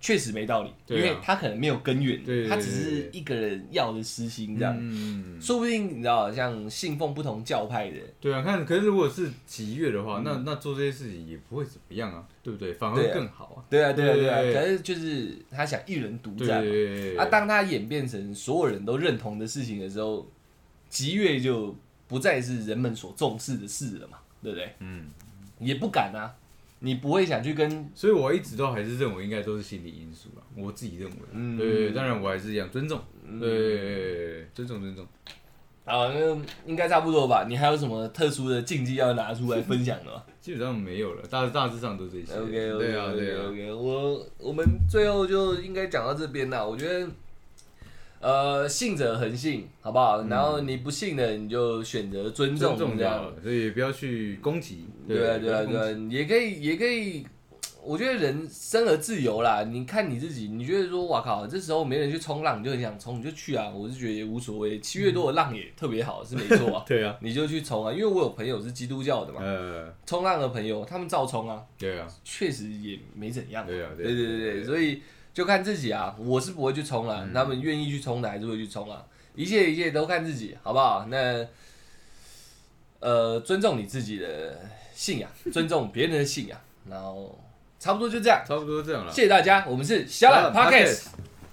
B: 确实没道理，因
C: 对啊
B: 为他可能没有根源
C: 对对，
B: 他
C: 对
B: 只是一个人要的私心这样。
C: 嗯，
B: 说不定你知道，像信奉不同教派的人，
C: 对啊，看，可是如果是几月的话，那那做这些事情也不会怎么样啊，对不对？反而
B: 对
C: 会
B: 啊
C: 更好啊，
B: 对啊，对啊，对啊。
C: 对
B: 可是就是他想一人独
C: 对
B: 占嘛。
C: 对
B: 啊，当它演变成所有人都认同的事情的时候，吉月就不再是人们所重视的事了嘛，对不对？
C: 嗯，
B: 也不敢啊，你不会想去跟
C: 所以我一直都还是认为应该都是心理因素啦，我自己认为啦，
B: 嗯
C: 对对，对当然我还是一样尊重，对对对对尊重尊重。
B: 啊，那应该差不多吧？你还有什么特殊的禁忌要拿出来分享的 吗
C: 基本上没有了，大大致上都这些。
B: ？OK OK
C: 对啊，对
B: OK
C: 啊，
B: OK，我我们最后就应该讲到这边啦。我觉得，呃，信者恒信，好不好？然后你不信的，你就选择尊重，
C: 嗯尊重
B: 这
C: 就
B: 样
C: 好。了，所以不要去攻击。
B: 对啊，
C: 不
B: 对
C: 要
B: 啊，
C: 去
B: 对
C: 攻击。。
B: 啊，也可以，也可以。我觉得人生而自由啦，你看你自己，你觉得说，哇靠，这时候没人去冲浪，你就很想冲，你就去啊。我是觉得也无所谓，七月多的浪也特别好，是没错 啊
C: 对啊，
B: 你就去冲啊，因为我有朋友是基督教的嘛，
C: 呃，
B: 冲浪的朋友他们照冲啊，
C: 对啊，
B: 确实也没怎样。
C: 对啊，
B: 对对对嗯对，
C: 对，
B: 所以就看自己啊，我是不会去冲了、他们愿意去冲的还是会去冲啊，一切一切都看自己，好不好？那呃，尊重你自己的信 仰，尊重别人的信仰，然后差不多就这样，
C: 差不多这样了。
B: 嗯谢谢大家，我们是小懒 p o c k e t